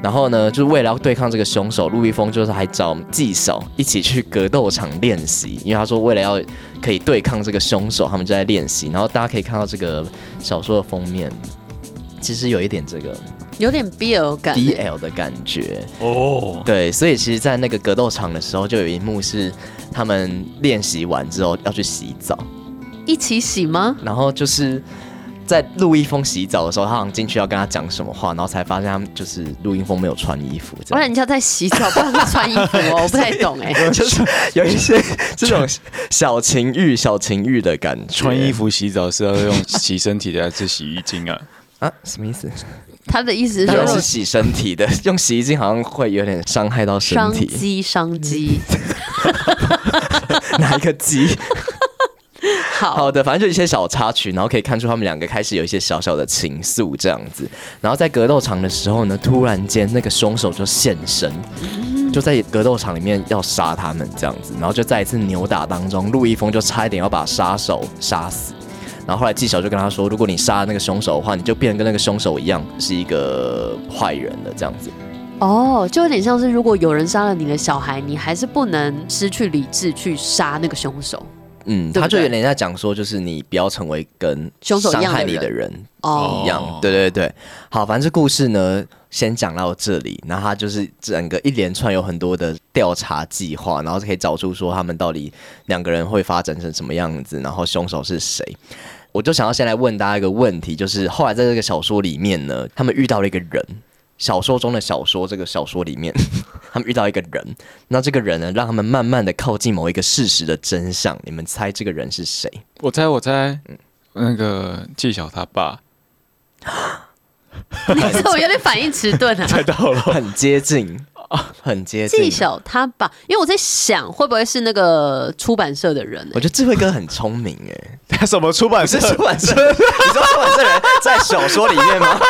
[SPEAKER 3] 然后呢，就是为了要对抗这个凶手，陆一峰就是还找纪晓一起去格斗场练习，因为他说为了要可以对抗这个凶手，他们就在练习。然后大家可以看到这个小说的封面，其实有一点这个
[SPEAKER 1] 有点 BL 感、欸。
[SPEAKER 3] BL 的感觉，
[SPEAKER 2] 哦，
[SPEAKER 3] 对，所以其实，在那个格斗场的时候，就有一幕是他们练习完之后要去洗澡，
[SPEAKER 1] 一起洗吗？
[SPEAKER 3] 然后就是在陆一峰洗澡的时候，他好像进去要跟他讲什么话，然后才发现他们就是陆一峰没有穿衣服，
[SPEAKER 1] 不
[SPEAKER 3] 这样
[SPEAKER 1] 然人家在洗澡，不然会穿衣服哦，我不太懂 哎、
[SPEAKER 3] 就是有一 些这种小情欲、小情欲的感觉。
[SPEAKER 2] 穿衣服洗澡是要用洗身体的还是洗衣精啊？
[SPEAKER 3] 啊？什么意思？
[SPEAKER 1] 他的意思是
[SPEAKER 3] 当然是
[SPEAKER 1] 说
[SPEAKER 3] 洗身体的， 用洗衣精好像会有点伤害到身
[SPEAKER 1] 伤
[SPEAKER 3] 体。
[SPEAKER 1] 嗯机，伤机。
[SPEAKER 3] 哪一个鸡？
[SPEAKER 1] 好
[SPEAKER 3] 好的，反正就一些小插曲，然后可以看出他们两个开始有一些小小的情愫这样子。然后在格斗场的时候呢，突然间那个凶手就现身，
[SPEAKER 1] 嗯
[SPEAKER 3] 就在格斗场里面要杀他们这样子。然后就在一次扭打当中，陆一峰就差一点要把杀手杀死。然后后来纪晓就跟他说，如果你杀了那个凶手的话，你就变得跟那个凶手一样是一个坏人了这样子。
[SPEAKER 1] 哦，就有点像是如果有人杀了你的小孩，你还是不能失去理智去杀那个凶手。
[SPEAKER 3] 嗯，
[SPEAKER 1] 对不
[SPEAKER 3] 他就
[SPEAKER 1] 对
[SPEAKER 3] 有点在讲说，就是你不要成为跟
[SPEAKER 1] 凶手一样
[SPEAKER 3] 伤
[SPEAKER 1] 的
[SPEAKER 3] 害你
[SPEAKER 1] 人
[SPEAKER 3] 的人
[SPEAKER 1] 哦
[SPEAKER 3] 一样。对对对，好，反正这故事呢，先讲到这里。那他就是整个一连串有很多的调查计划，然后可以找出说他们到底两个人会发展成什么样子，然后凶手是谁。我就想要先来问大家一个问题，就是后来在这个小说里面呢，他们遇到了一个人，小说中的小说，这个小说里面， 他们遇到一个人，那这个人呢，让他们慢慢的靠近某一个事实的真相。你们猜这个人是谁？
[SPEAKER 2] 我猜，我猜，那个纪晓他爸
[SPEAKER 1] 你怎么有点反应迟 钝啊？
[SPEAKER 2] 猜到了，
[SPEAKER 3] 很接近，很接近。
[SPEAKER 1] 纪晓他吧，因为我在想会不会是那个出版社的人、
[SPEAKER 3] 我觉得智慧哥很聪明 哎，
[SPEAKER 2] 他什么出版社
[SPEAKER 3] 是？出版社，你说出版社人在小说里面吗？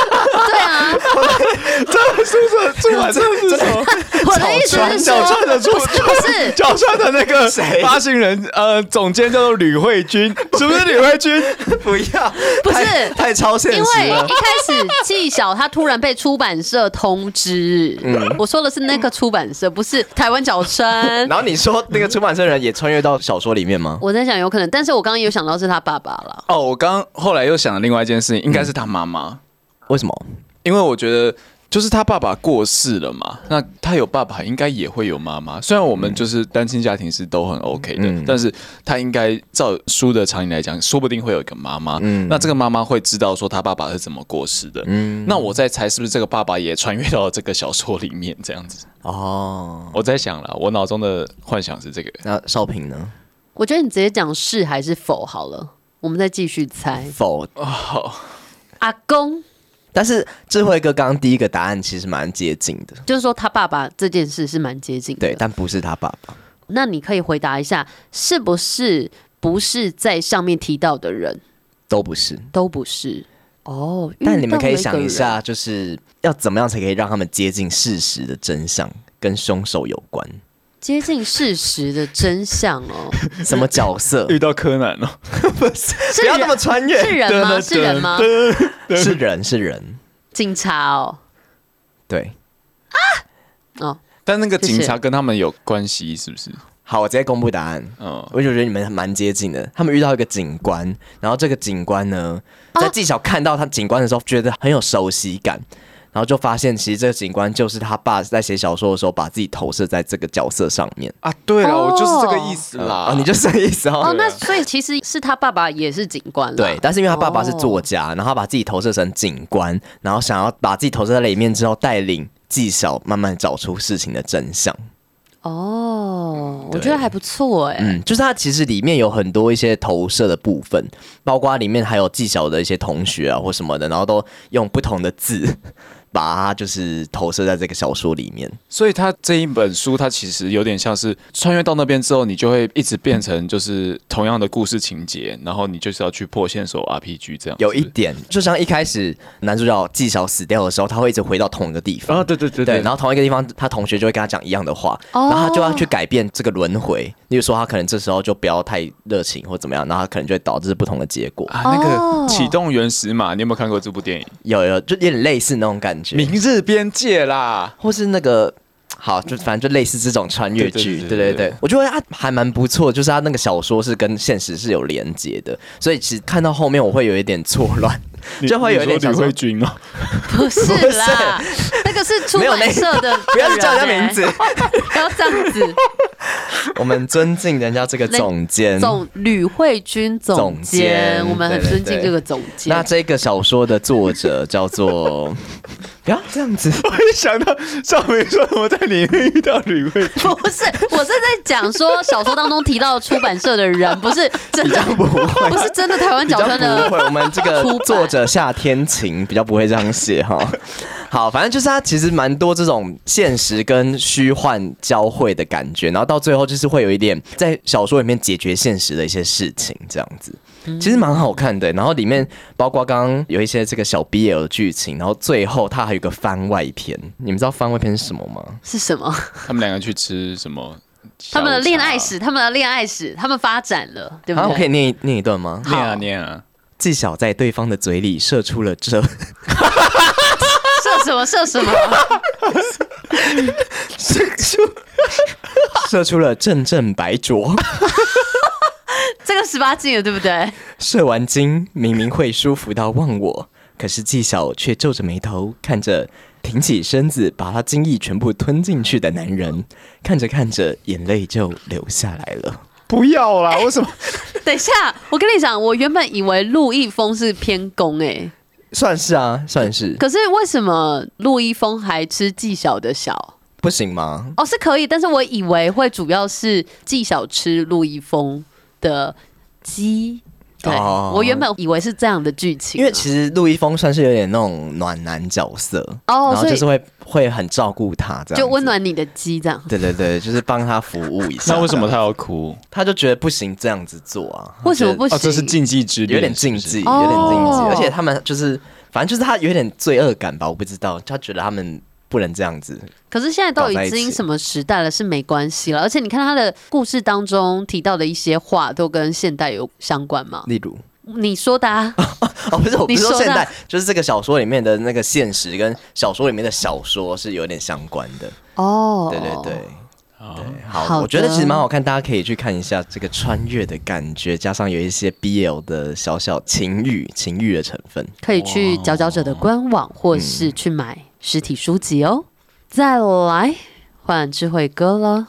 [SPEAKER 1] 对啊，
[SPEAKER 2] 出版社是什么？
[SPEAKER 1] 我的意思
[SPEAKER 2] 川
[SPEAKER 1] 是
[SPEAKER 2] 小
[SPEAKER 1] 说，
[SPEAKER 2] 川的出
[SPEAKER 1] 不是不 是，
[SPEAKER 2] 小川的那个
[SPEAKER 3] 谁
[SPEAKER 2] 发行人，呃，总监叫做吕慧 君，是不是吕慧君？
[SPEAKER 3] 不要，
[SPEAKER 1] 不是
[SPEAKER 3] 太太超现
[SPEAKER 1] 因
[SPEAKER 2] 啊
[SPEAKER 3] 实
[SPEAKER 1] 为
[SPEAKER 3] 了
[SPEAKER 1] 一。开始纪晓他突然被出版社通知，
[SPEAKER 2] 嗯
[SPEAKER 1] 我说的是那个出版社，不是台湾角川。
[SPEAKER 3] 然后你说那个出版社人也穿越到小说里面吗？
[SPEAKER 1] 我在想有可能，但是我刚刚也有想到是他爸爸了。
[SPEAKER 2] 哦，我刚后来又想了另外一件事情，应该是他妈妈，
[SPEAKER 3] 为什么？
[SPEAKER 2] 因为我觉得。就是他爸爸过世了嘛，那他有爸爸，应该也会有妈妈。虽然我们就是单亲家庭是都很 OK 的，
[SPEAKER 3] 嗯
[SPEAKER 2] 但是他应该照书的常理来讲，说不定会有一个妈妈。
[SPEAKER 3] 嗯
[SPEAKER 2] 那这个妈妈会知道说他爸爸是怎么过世的。
[SPEAKER 3] 嗯，
[SPEAKER 2] 那我在猜是不是这个爸爸也穿越到这个小说里面这样子？
[SPEAKER 3] 哦，
[SPEAKER 2] 我在想了，我脑中的幻想是这个。
[SPEAKER 3] 那少平呢？
[SPEAKER 1] 我觉得你直接讲是还是否好了，我们再继续猜。
[SPEAKER 3] 否，
[SPEAKER 1] 阿公
[SPEAKER 3] 但是智慧哥刚刚第一个答案其实蛮接近的，
[SPEAKER 1] 就是说他爸爸这件事是蛮接近的。
[SPEAKER 3] 对，但不是他爸爸。
[SPEAKER 1] 那你可以回答一下，是不是不是在上面提到的人
[SPEAKER 3] 都不是，
[SPEAKER 1] 都不是？哦，
[SPEAKER 3] 但你们可
[SPEAKER 1] 遇
[SPEAKER 3] 以
[SPEAKER 1] 到了
[SPEAKER 3] 想
[SPEAKER 1] 个
[SPEAKER 3] 一
[SPEAKER 1] 人，
[SPEAKER 3] 下，就是要怎么样才可以让他们接近事实的真相，跟凶手有关，
[SPEAKER 1] 接近事实的真相 哦，
[SPEAKER 3] 什么角色
[SPEAKER 2] 遇到哦柯南了，
[SPEAKER 3] 不要那么穿越，
[SPEAKER 1] 是人吗？是人吗？
[SPEAKER 3] 是人是人，
[SPEAKER 1] 警察哦，
[SPEAKER 3] 对。
[SPEAKER 1] 哦，
[SPEAKER 2] 但那个
[SPEAKER 1] 谢谢
[SPEAKER 2] 警察跟他们有关系，是不是？
[SPEAKER 3] 好，我直接公布答案。
[SPEAKER 2] 嗯，
[SPEAKER 3] 我就觉得你们蛮接近的。他们遇到一个警官，然后这个警官呢，
[SPEAKER 1] 哦
[SPEAKER 3] 在纪晓看到他警官的时候，觉得很有熟悉感，然后就发现其实这个警官就是他爸在写小说的时候把自己投射在这个角色上面。
[SPEAKER 2] 啊，对了，
[SPEAKER 1] 哦
[SPEAKER 2] 我就是这个意思啦。
[SPEAKER 3] 啊、你就是这个意思
[SPEAKER 1] 哦
[SPEAKER 3] 哦，。
[SPEAKER 1] 那所以其实是他爸爸也是警官啦
[SPEAKER 3] 对，但是因为他爸爸是作家，
[SPEAKER 1] 哦
[SPEAKER 3] 然后他把自己投射成警官，然后想要把自己投射在里面之后，带领纪晓慢慢找出事情的真相。
[SPEAKER 1] 哦，我
[SPEAKER 3] 对
[SPEAKER 1] 觉得还不错哎、
[SPEAKER 3] 嗯，就是它其实里面有很多一些投射的部分，包括里面还有技巧的一些同学啊或什么的，然后都用不同的字 把它就是投射在这个小说里面。
[SPEAKER 2] 所以他这一本书，它其实有点像是穿越到那边之后，你就会一直变成就是同样的故事情节，然后你就是要去破线索 RPG 这样子。
[SPEAKER 3] 有一点，就像一开始男主角技巧死掉的时候，他会一直回到同一个地方。
[SPEAKER 2] 啊，对对对
[SPEAKER 3] 对然后同一个地方，他同学就会跟他讲一样的话，
[SPEAKER 1] 哦
[SPEAKER 3] 然后他就要去改变这个轮回。例如说，他可能这时候就不要太热情或怎么样，然后他可能就会导致不同的结果。
[SPEAKER 2] 啊，那
[SPEAKER 1] 哦
[SPEAKER 2] 个启动原始码，你有没有看过这部电影《
[SPEAKER 3] 有有，就有点类似那种感觉。
[SPEAKER 2] 明日边界》啦？
[SPEAKER 3] 或是那个。好，就反正就类似这种穿越剧，对
[SPEAKER 2] 对对对
[SPEAKER 3] 对
[SPEAKER 2] 对对
[SPEAKER 3] 对，我觉得它还蛮不错，就是它那个小说是跟现实是有连接的，所以其实看到后面我会有一点错乱，就会有一点
[SPEAKER 2] 你说
[SPEAKER 3] 想
[SPEAKER 2] 吕
[SPEAKER 3] 说
[SPEAKER 2] 慧，君哦，
[SPEAKER 1] 不是啦，那个是出
[SPEAKER 3] 没有那
[SPEAKER 1] 版社的、
[SPEAKER 3] 不要去叫人家
[SPEAKER 1] 的欸
[SPEAKER 3] 名，字，
[SPEAKER 1] 不要这样 子。
[SPEAKER 3] 我们尊敬人家这个总监。
[SPEAKER 1] 总吕慧君总
[SPEAKER 3] 嗯总
[SPEAKER 1] 监，
[SPEAKER 3] 监
[SPEAKER 1] 我们很
[SPEAKER 3] 对对
[SPEAKER 1] 尊敬
[SPEAKER 3] 对
[SPEAKER 1] 这个总监。
[SPEAKER 3] 那这个小说的作者叫做，不要这样子，
[SPEAKER 2] 我一想到少明说我在里面遇到吕慧君，
[SPEAKER 1] 不是，我是在讲说小说当中提到出版社的人，不 是真的，不是真的台湾
[SPEAKER 3] 比
[SPEAKER 1] 角川
[SPEAKER 3] 较不会，
[SPEAKER 1] 的。
[SPEAKER 3] 我们这个
[SPEAKER 1] 出版
[SPEAKER 3] 作者夏天晴比较不会这样写哈。好，反正就是它其实蛮多这种现实跟虚幻交汇的感觉，然后到最后就是会有一点在小说里面解决现实的一些事情，这样子，其实蛮好看的。然后里面包括刚刚有一些这个小 BL 剧情，然后最后它还有一个番外篇，你们知道番外篇是什么吗？
[SPEAKER 1] 是什么？
[SPEAKER 2] 他们两个去吃什么？
[SPEAKER 1] 他们的恋爱史，他们的恋爱史，他们发展了，对不
[SPEAKER 3] 啊，我可
[SPEAKER 1] 对？
[SPEAKER 3] 以念一念一段吗？
[SPEAKER 2] 念啊念啊，
[SPEAKER 3] 纪晓在对方的嘴里射出了这
[SPEAKER 1] 射什么射什么？
[SPEAKER 3] 射出射出了阵阵白灼。
[SPEAKER 1] 这个十八禁了，对不对？
[SPEAKER 3] 射完精明明会舒服到忘我，可是纪晓却皱着眉头看着挺起身子把他精液全部吞进去的男人，看着看着眼泪就流下来了。
[SPEAKER 2] 不要啦！为什么？
[SPEAKER 1] 等一下，我跟你讲，我原本以为陆一峰是偏攻哎、
[SPEAKER 3] 算是啊，算是
[SPEAKER 1] 可是为什么陆一峰还吃纪晓的小？
[SPEAKER 3] 不行吗？
[SPEAKER 1] 哦，是可以，但是我以为会主要是纪晓吃陆一峰的鸡。对、
[SPEAKER 3] 哦
[SPEAKER 1] 我原本以为是这样的剧情啊，
[SPEAKER 3] 因为其实陆一峰算是有点那种暖男角色，
[SPEAKER 1] 哦
[SPEAKER 3] 然后
[SPEAKER 1] 所以
[SPEAKER 3] 就是会会很照顾他这样，
[SPEAKER 1] 就温。暖你的鸡这样。
[SPEAKER 3] 对对对，就是帮他服务一下。
[SPEAKER 2] 那为什么他要哭？
[SPEAKER 3] 他就觉得不行这样子做啊？
[SPEAKER 1] 为什么不
[SPEAKER 3] 他觉得
[SPEAKER 1] 行？
[SPEAKER 2] 哦，这是禁忌之恋，
[SPEAKER 3] 有点
[SPEAKER 2] 是
[SPEAKER 3] 禁
[SPEAKER 2] 不是
[SPEAKER 3] 忌，
[SPEAKER 1] 哦
[SPEAKER 3] 有点禁忌，
[SPEAKER 1] 哦
[SPEAKER 3] 而且他们就是，反正就是他有点罪恶感吧，我不知道，他觉得他们不能这样子。
[SPEAKER 1] 可是现在都
[SPEAKER 3] 搞在
[SPEAKER 1] 已
[SPEAKER 3] 一
[SPEAKER 1] 经
[SPEAKER 3] 起
[SPEAKER 1] 什么时代了，是没关系了。而且你看他的故事当中提到的一些话，都跟现代有相关嘛？
[SPEAKER 3] 例如，
[SPEAKER 1] 你说的、啊，
[SPEAKER 3] 哦，不是，我不
[SPEAKER 1] 你
[SPEAKER 3] 是
[SPEAKER 1] 说
[SPEAKER 3] 说
[SPEAKER 1] 的
[SPEAKER 3] 现代，就是这个小说里面的那个现实跟小说里面的小说是有点相关的。
[SPEAKER 1] 哦，
[SPEAKER 3] 对对对。
[SPEAKER 2] 哦
[SPEAKER 3] 对，
[SPEAKER 1] 好
[SPEAKER 3] 好，
[SPEAKER 1] 的
[SPEAKER 3] 我觉得其实蛮好看，大家可以去看一下这个穿越的感觉，加上有一些 BL 的小小情欲、情欲的成分。
[SPEAKER 1] 可以去佼佼者的官网，或是去买实体书籍哦。
[SPEAKER 3] 嗯
[SPEAKER 1] 再来换智慧哥了，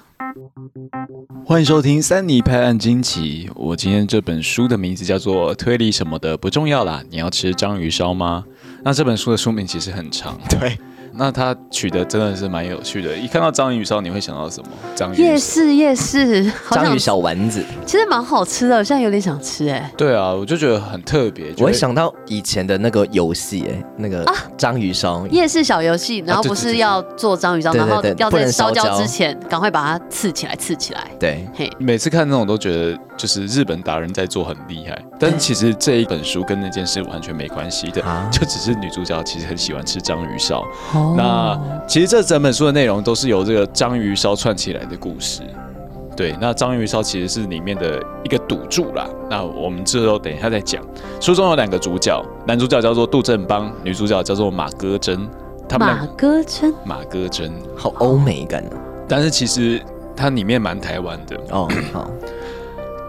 [SPEAKER 2] 欢迎收听《三尼拍案惊奇》。我今天这本书的名字叫做《推理什么的不重要啦》，你要吃章鱼烧吗？那这本书的书名其实很长，
[SPEAKER 3] 对，
[SPEAKER 2] 那它取的真的是蛮有趣的。一看到章鱼烧，你会想到什么？章鱼
[SPEAKER 1] 夜市夜市，好
[SPEAKER 3] 嗯章
[SPEAKER 1] 想
[SPEAKER 3] 鱼，小丸子，
[SPEAKER 1] 其实蛮好吃的，我现在有点想吃哎、
[SPEAKER 2] 对啊，我就觉得很特别。
[SPEAKER 3] 我会
[SPEAKER 2] 觉得
[SPEAKER 3] 想到以前的那个游戏，哎，那个
[SPEAKER 1] 啊
[SPEAKER 3] 章鱼烧，
[SPEAKER 1] 夜市小游戏，然后
[SPEAKER 2] 对
[SPEAKER 1] 不
[SPEAKER 2] 对
[SPEAKER 1] 是
[SPEAKER 2] 对
[SPEAKER 1] 要做章鱼烧，
[SPEAKER 3] 啊对
[SPEAKER 1] 然
[SPEAKER 3] 对
[SPEAKER 1] 后
[SPEAKER 3] 对
[SPEAKER 1] 要
[SPEAKER 3] 不
[SPEAKER 1] 在
[SPEAKER 3] 能
[SPEAKER 1] 烧
[SPEAKER 3] 烧
[SPEAKER 1] 焦
[SPEAKER 3] 焦
[SPEAKER 1] 之前赶快把它刺起来，刺起来。
[SPEAKER 3] 对，
[SPEAKER 1] 嘿，
[SPEAKER 2] 每次看那种都觉得就是日本达人在做很厉害，但其实这一本书跟那件事完全没关系的
[SPEAKER 3] 啊，
[SPEAKER 2] 就只是女主角其实很喜欢吃章鱼烧。
[SPEAKER 1] 哦
[SPEAKER 3] 哦
[SPEAKER 2] 那其实这整本书的内容都是由这个章鱼烧串起来的故事。对，那章鱼烧其实是里面的一个赌注啦。那我们之后等一下再讲。书中有两个主角，男主角叫做杜振邦，女主角叫做马歌珍。他们
[SPEAKER 1] 马
[SPEAKER 2] 两
[SPEAKER 1] 哥真
[SPEAKER 2] 马歌珍，
[SPEAKER 3] 好欧美感哦。
[SPEAKER 2] 但是其实它里面蛮台湾的。
[SPEAKER 3] 哦，好，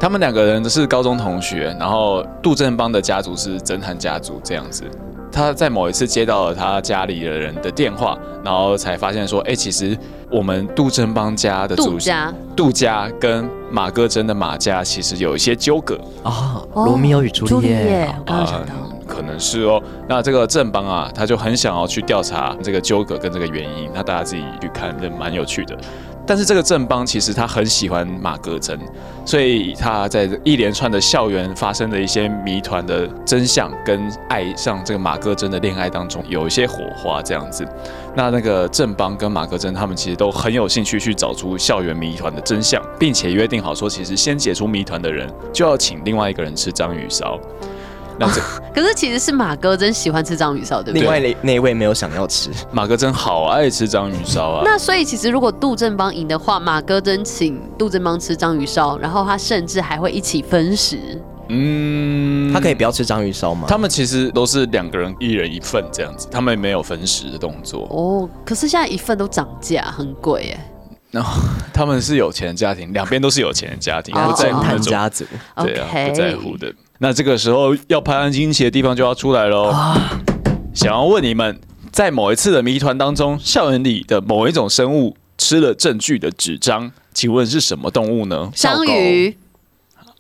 [SPEAKER 2] 他们两个人是高中同学，然后杜振邦的家族是侦探家族这样子。他在某一次接到了他家里的人的电话，然后才发现说，哎、其实我们杜振邦家的
[SPEAKER 1] 杜
[SPEAKER 2] 祖先
[SPEAKER 1] 家
[SPEAKER 2] 杜家跟马哥真的马家其实有一些纠葛
[SPEAKER 3] 哦，罗密欧与朱丽叶，
[SPEAKER 1] 我刚刚想到。
[SPEAKER 2] 可能是哦。那这个正邦啊，他就很想要去调查这个纠葛跟这个原因，那大家自己去看，这蛮有趣的。但是这个正邦其实他很喜欢马格真，所以他在一连串的校园发生的一些谜团的真相跟爱上这个马格真的恋爱当中有一些火花这样子。那那个正邦跟马格真他们其实都很有兴趣去找出校园谜团的真相，并且约定好说，其实先解除谜团的人就要请另外一个人吃章鱼烧。那这
[SPEAKER 1] 可是其实是马哥真喜欢吃章鱼烧，对不
[SPEAKER 3] 另
[SPEAKER 1] 对？
[SPEAKER 3] 外那那一位没有想要吃，
[SPEAKER 2] 马哥真好爱吃章鱼烧啊！
[SPEAKER 1] 那所以其实如果杜振邦赢的话，马哥真请杜振邦吃章鱼烧，然后他甚至还会一起分食。
[SPEAKER 2] 嗯，
[SPEAKER 3] 他可以不要吃章鱼烧吗？
[SPEAKER 2] 他们其实都是两个人一人一份这样子，他们没有分食的动作。
[SPEAKER 1] 哦，可是现在一份都涨价，很贵耶。
[SPEAKER 2] 然后 他们是有钱的家庭，两边都是有钱的家庭，
[SPEAKER 1] 哦
[SPEAKER 2] 不
[SPEAKER 3] 他
[SPEAKER 2] 在
[SPEAKER 3] 侦
[SPEAKER 2] 乎那
[SPEAKER 3] 探
[SPEAKER 2] 种，
[SPEAKER 3] 家族，
[SPEAKER 2] 对啊，
[SPEAKER 1] OK，
[SPEAKER 2] 不在乎的。那这个时候要拍案惊奇的地方就要出来喽。
[SPEAKER 3] 哦
[SPEAKER 2] 想要问你们，在某一次的谜团当中，校园里的某一种生物吃了证据的纸张，请问是什么动物呢？
[SPEAKER 1] 章鱼。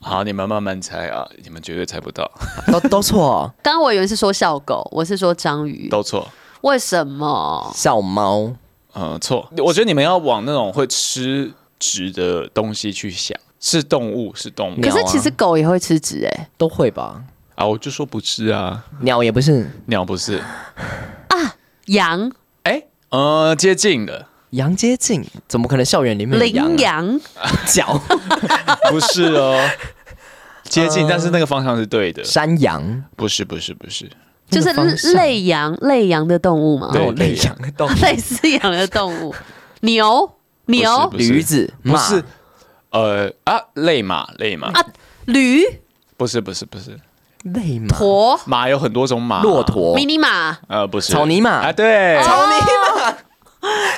[SPEAKER 2] 好，你们慢慢猜啊，你们绝对猜不到，
[SPEAKER 3] 都都错，
[SPEAKER 1] 刚刚我以为是说笑狗，我是说章鱼。
[SPEAKER 2] 都错。
[SPEAKER 1] 为什么？
[SPEAKER 3] 小猫
[SPEAKER 2] 呃，错，我觉得你们要往那种会吃纸的东西去想，是动物，是动物
[SPEAKER 1] 可
[SPEAKER 3] 鸟啊
[SPEAKER 1] 是其实狗也会吃纸哎、
[SPEAKER 3] 都会吧？
[SPEAKER 2] 啊！我就说不是啊，
[SPEAKER 3] 鸟也不是，
[SPEAKER 2] 鸟不是，
[SPEAKER 1] 羊
[SPEAKER 2] 呃，接 近了，
[SPEAKER 3] 羊接近，怎么可能校园
[SPEAKER 2] 嗯
[SPEAKER 3] 里面有羊、
[SPEAKER 1] 羚
[SPEAKER 3] 啊？
[SPEAKER 1] 羊
[SPEAKER 3] 角
[SPEAKER 2] 不是
[SPEAKER 3] 呃
[SPEAKER 2] 哦，接近，但是那个方向是对的，
[SPEAKER 3] 山羊，
[SPEAKER 2] 不是，不是，不是，
[SPEAKER 1] 就
[SPEAKER 3] 那个方
[SPEAKER 1] 是
[SPEAKER 3] 向
[SPEAKER 1] 类羊，类羊的动物嘛，
[SPEAKER 2] 对
[SPEAKER 3] 哦类羊的动物，
[SPEAKER 1] 类似羊的动物，牛牛
[SPEAKER 2] 不是
[SPEAKER 3] 驴子、
[SPEAKER 2] 不
[SPEAKER 3] 马
[SPEAKER 2] 是，呃啊，类马，类马，
[SPEAKER 1] 啊，驴
[SPEAKER 2] 不是，不是，不是，
[SPEAKER 3] 类马、啊
[SPEAKER 1] 驼
[SPEAKER 2] 马有很多种马，啊
[SPEAKER 3] 骆，驼、
[SPEAKER 1] 迷你马，
[SPEAKER 2] 呃，不是，
[SPEAKER 3] 草泥马哦
[SPEAKER 2] 啊，对，
[SPEAKER 3] 草泥马，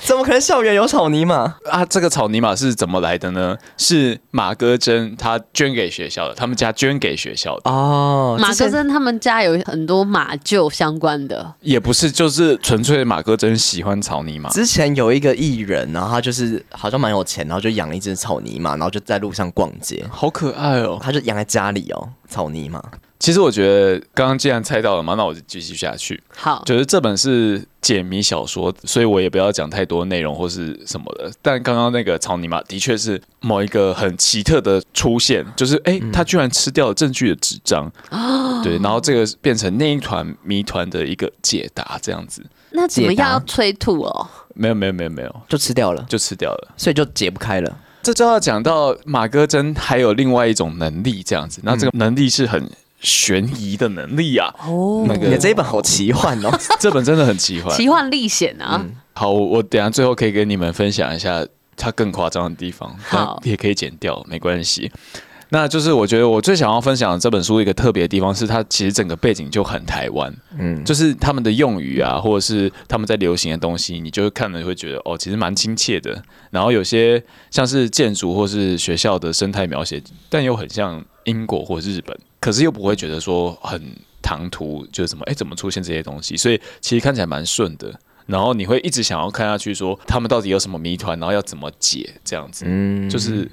[SPEAKER 3] 怎么可能校园有草泥马？
[SPEAKER 2] 啊，这个草泥马是怎么来的呢？是马哥真他捐给学校的，他们家捐给学校的，
[SPEAKER 3] 哦，
[SPEAKER 1] 马
[SPEAKER 3] 这
[SPEAKER 1] 格
[SPEAKER 3] 些
[SPEAKER 1] 森他们家有很多马厩相关的，
[SPEAKER 2] 也不是，就是纯粹马哥真喜欢草泥马。
[SPEAKER 3] 之前有一个艺人，然后他就是好像蛮有钱，然后就养了一只草泥马，然后就在路上逛街，
[SPEAKER 2] 好可爱哦！
[SPEAKER 3] 他就养在家里哦，草泥马。
[SPEAKER 2] 其实我觉得刚刚既然猜到了嘛，那我就继续下去。
[SPEAKER 1] 好，
[SPEAKER 2] 就是这本是解谜小说，所以我也不要讲太多内容或是什么的。但刚刚那个草泥马的确是某一个很奇特的出现，就是哎，它、居然吃掉了证据的纸张，对，然后这个变成那一团谜团的一个解答，这样子。
[SPEAKER 1] 那怎么
[SPEAKER 3] 解答
[SPEAKER 1] 样要催吐哦？
[SPEAKER 2] 没有没有没有没有，
[SPEAKER 3] 就吃掉了，
[SPEAKER 2] 就吃掉了。
[SPEAKER 3] 所以就解不开了。
[SPEAKER 2] 这就要讲到马哥真还有另外一种能力，这样子。那这个能力是很悬疑的能力啊，
[SPEAKER 1] 哦
[SPEAKER 2] 那
[SPEAKER 3] 你的
[SPEAKER 2] 个
[SPEAKER 3] 这一本好奇幻 哦，
[SPEAKER 2] 这本真的很奇 幻。
[SPEAKER 1] 奇幻历险啊，
[SPEAKER 2] 好，我我等一下最后可以跟你们分享一下它更夸张的地方，
[SPEAKER 1] 好
[SPEAKER 2] 但也可以剪掉，没关系。那就是我觉得我最想要分享的这本书一个特别的地方是，它其实整个背景就很台湾，嗯，就是他们的用语啊，或者是他们在流行的东西，你就看了会觉得哦，其实蛮亲切的。然后有些像是建筑或是学校的生态描写，但又很像英国或日本，可是又不会觉得说很唐突，就是什么哎、诶怎么出现这些东西，所以其实看起来蛮顺的。然后你会一直想要看下去说他们到底有什么谜团，然后要怎么解这样子，
[SPEAKER 3] 嗯，
[SPEAKER 2] 就是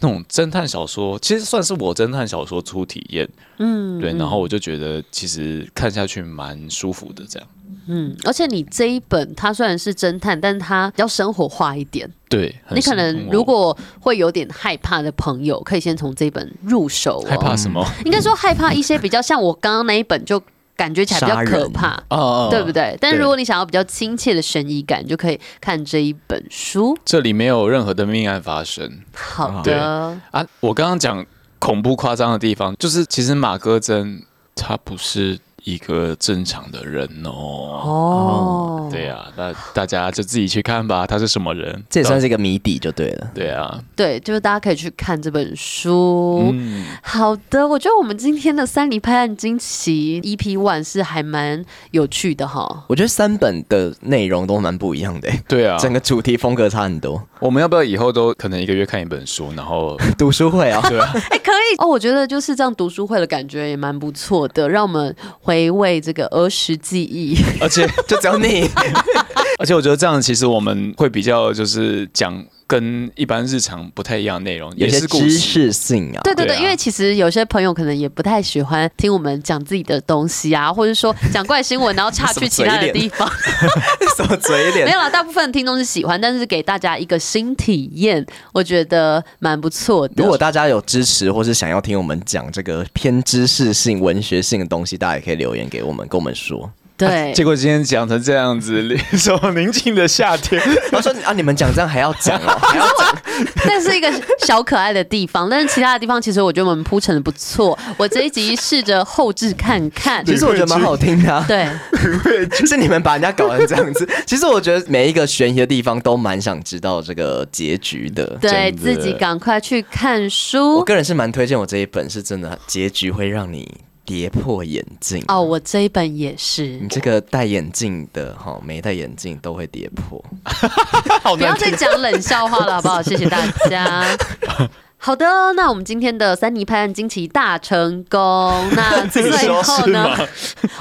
[SPEAKER 2] 那种侦探小说，其实算是我侦探小说初体验，嗯，对，然后我就觉得其实看下去蛮舒服的，这样，
[SPEAKER 1] 嗯，而且你这一本它虽然是侦探，但它要生活化一点。
[SPEAKER 2] 对，很
[SPEAKER 1] 你可
[SPEAKER 2] 舒
[SPEAKER 1] 能
[SPEAKER 2] 服
[SPEAKER 1] 如果会有点害怕的朋友，可以先从这本入手、哦。
[SPEAKER 2] 害怕什么
[SPEAKER 1] 应该说害怕一些比较像我刚刚那一本，就感觉起来比较
[SPEAKER 3] 杀人
[SPEAKER 1] 可怕，
[SPEAKER 2] 啊，
[SPEAKER 1] 对不
[SPEAKER 2] 对？
[SPEAKER 1] 对？但如果你想要比较亲切的悬疑感，你就可以看这一本书。
[SPEAKER 2] 这里没有任何的命案发生，
[SPEAKER 1] 好的，
[SPEAKER 2] 啊，我刚刚讲恐怖夸张的地方，就是其实马哥真他不是一个正常的人哦。
[SPEAKER 1] 哦，
[SPEAKER 2] 对啊，那大家就自己去看吧，他是什么人？
[SPEAKER 3] 这也算是一个谜底就对了。
[SPEAKER 2] 对啊，
[SPEAKER 1] 对，就是大家可以去看这本书。
[SPEAKER 2] 嗯，
[SPEAKER 1] 好的，我觉得我们今天的三里拍案惊奇 EP One 是还蛮有趣的哈。
[SPEAKER 3] 我觉得三本的内容都蛮不一样的、欸
[SPEAKER 2] 对啊，
[SPEAKER 3] 整个主题风格差很多。
[SPEAKER 2] 我们要不要以后都可能一个月看一本书，然后
[SPEAKER 3] 读书会啊、
[SPEAKER 2] 对啊，
[SPEAKER 1] 哎、可以哦，我觉得就是这样读书会的感觉也蛮不错的，让我们回味这个儿时记忆。
[SPEAKER 2] 而且
[SPEAKER 3] 就只有你
[SPEAKER 2] 而且我觉得这样其实我们会比较就是讲跟一般日常不太一样的内容，
[SPEAKER 3] 有
[SPEAKER 2] 也
[SPEAKER 3] 些
[SPEAKER 2] 是故
[SPEAKER 3] 知
[SPEAKER 2] 事。
[SPEAKER 3] 识性啊，
[SPEAKER 1] 对对对，
[SPEAKER 2] 对啊
[SPEAKER 1] 因为其实有些朋友可能也不太喜欢听我们讲自己的东西啊，或者说讲怪新闻，然后岔
[SPEAKER 3] 什
[SPEAKER 1] 去
[SPEAKER 3] 么
[SPEAKER 1] 其他的
[SPEAKER 3] 嘴
[SPEAKER 1] 地
[SPEAKER 3] 脸
[SPEAKER 1] 方。
[SPEAKER 3] 什么嘴
[SPEAKER 1] 没
[SPEAKER 3] 脸
[SPEAKER 1] 有啦，大部分听众是喜欢，但是给大家一个新体验，我觉得蛮不错的。
[SPEAKER 3] 如果大家有支持或是想要听我们讲这个偏知识性、文学性的东西，大家也可以留言给我们，跟我们 说。哎
[SPEAKER 1] 对，
[SPEAKER 2] 结果今天讲成这样子，什么宁静的夏天，
[SPEAKER 3] 他说啊，你们讲这样还要讲 哦，还要
[SPEAKER 1] 那是一个小可爱的地方，但是其他的地方其实我觉得我们铺陈的不错。我这一集试着后置看看，
[SPEAKER 3] 其实我觉得蛮好听的、啊。
[SPEAKER 1] 对，
[SPEAKER 3] 是你们把人家搞成这样子。 其实我觉得每一个悬疑的地方都蛮想知道这个结局的。
[SPEAKER 1] 对
[SPEAKER 2] 真的
[SPEAKER 1] 自己赶快去看
[SPEAKER 3] 我
[SPEAKER 1] 书
[SPEAKER 3] 个人是蛮推荐我这一本，是真的结局会让你跌破眼镜。
[SPEAKER 1] 哦。我这一本也是
[SPEAKER 3] 你，这个戴眼镜的哈，没戴眼镜都会跌破。
[SPEAKER 2] 好
[SPEAKER 1] 不要再讲冷笑话了，好不好？谢谢大家。好的，那我们今天的三尼拍案惊奇大成功。那最后呢？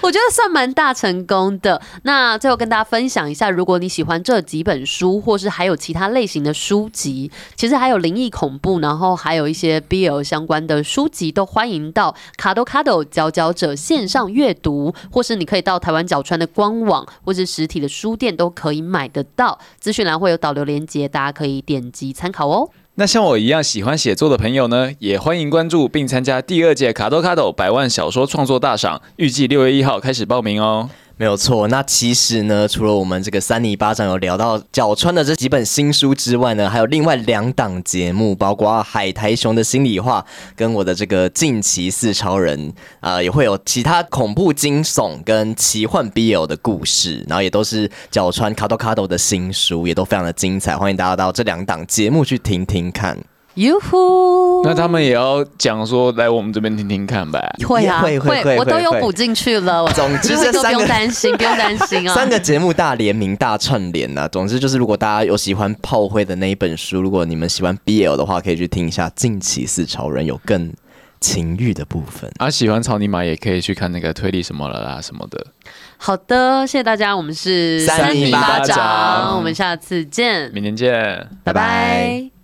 [SPEAKER 1] 我觉得算蛮大成功的。那最后跟大家分享一下，如果你喜欢这几本书，或是还有其他类型的书籍，其实还有灵异恐怖，然后还有一些 BL 相关的书籍，都欢迎到卡豆卡豆佼佼者线上阅读，或是你可以到台湾角川的官网或是实体的书店都可以买得到。资讯栏会有导流连接，大家可以点击参考哦。
[SPEAKER 2] 那像我一样喜欢写作的朋友呢，也欢迎关注并参加第二届卡多卡斗百万小说创作大赏，预计六月一号开始报名哦。
[SPEAKER 3] 没有错，那其实呢，除了我们这个三泥巴掌有聊到角川的这几本新书之外呢，还有另外两档节目，包括海苔熊的心里话跟我的这个近期四超人，呃，也会有其他恐怖惊悚跟奇幻 BL 的故事，然后也都是角川卡豆卡豆的新书，也都非常的精彩，欢迎大家到这两档节目去听听看。
[SPEAKER 1] 哟呼！
[SPEAKER 2] 那他们也要讲说来我们这边听听看呗。
[SPEAKER 1] 会啊，
[SPEAKER 3] 会会会
[SPEAKER 1] 我都有
[SPEAKER 3] 会
[SPEAKER 1] 补进去 了。我
[SPEAKER 3] 总之
[SPEAKER 1] 因为
[SPEAKER 3] 这
[SPEAKER 1] 都不
[SPEAKER 3] 三
[SPEAKER 1] 用
[SPEAKER 3] 个
[SPEAKER 1] 担心，不用担心啊。
[SPEAKER 3] 三个节目大联名、大串联呐、总之就是，如果大家有喜欢炮灰的那一本书，如果你们喜欢 BL 的话，可以去听一下《近期四潮人》，有更情欲的部分。
[SPEAKER 2] 啊，喜欢草泥马也可以去看那个推理什么了啦什么的。
[SPEAKER 1] 好的，谢谢大家，我们是
[SPEAKER 3] 三
[SPEAKER 2] 零
[SPEAKER 1] 零
[SPEAKER 2] 八
[SPEAKER 1] 八
[SPEAKER 2] 掌
[SPEAKER 1] 我们下次见，
[SPEAKER 2] 明天见。
[SPEAKER 1] 拜拜
[SPEAKER 3] 拜拜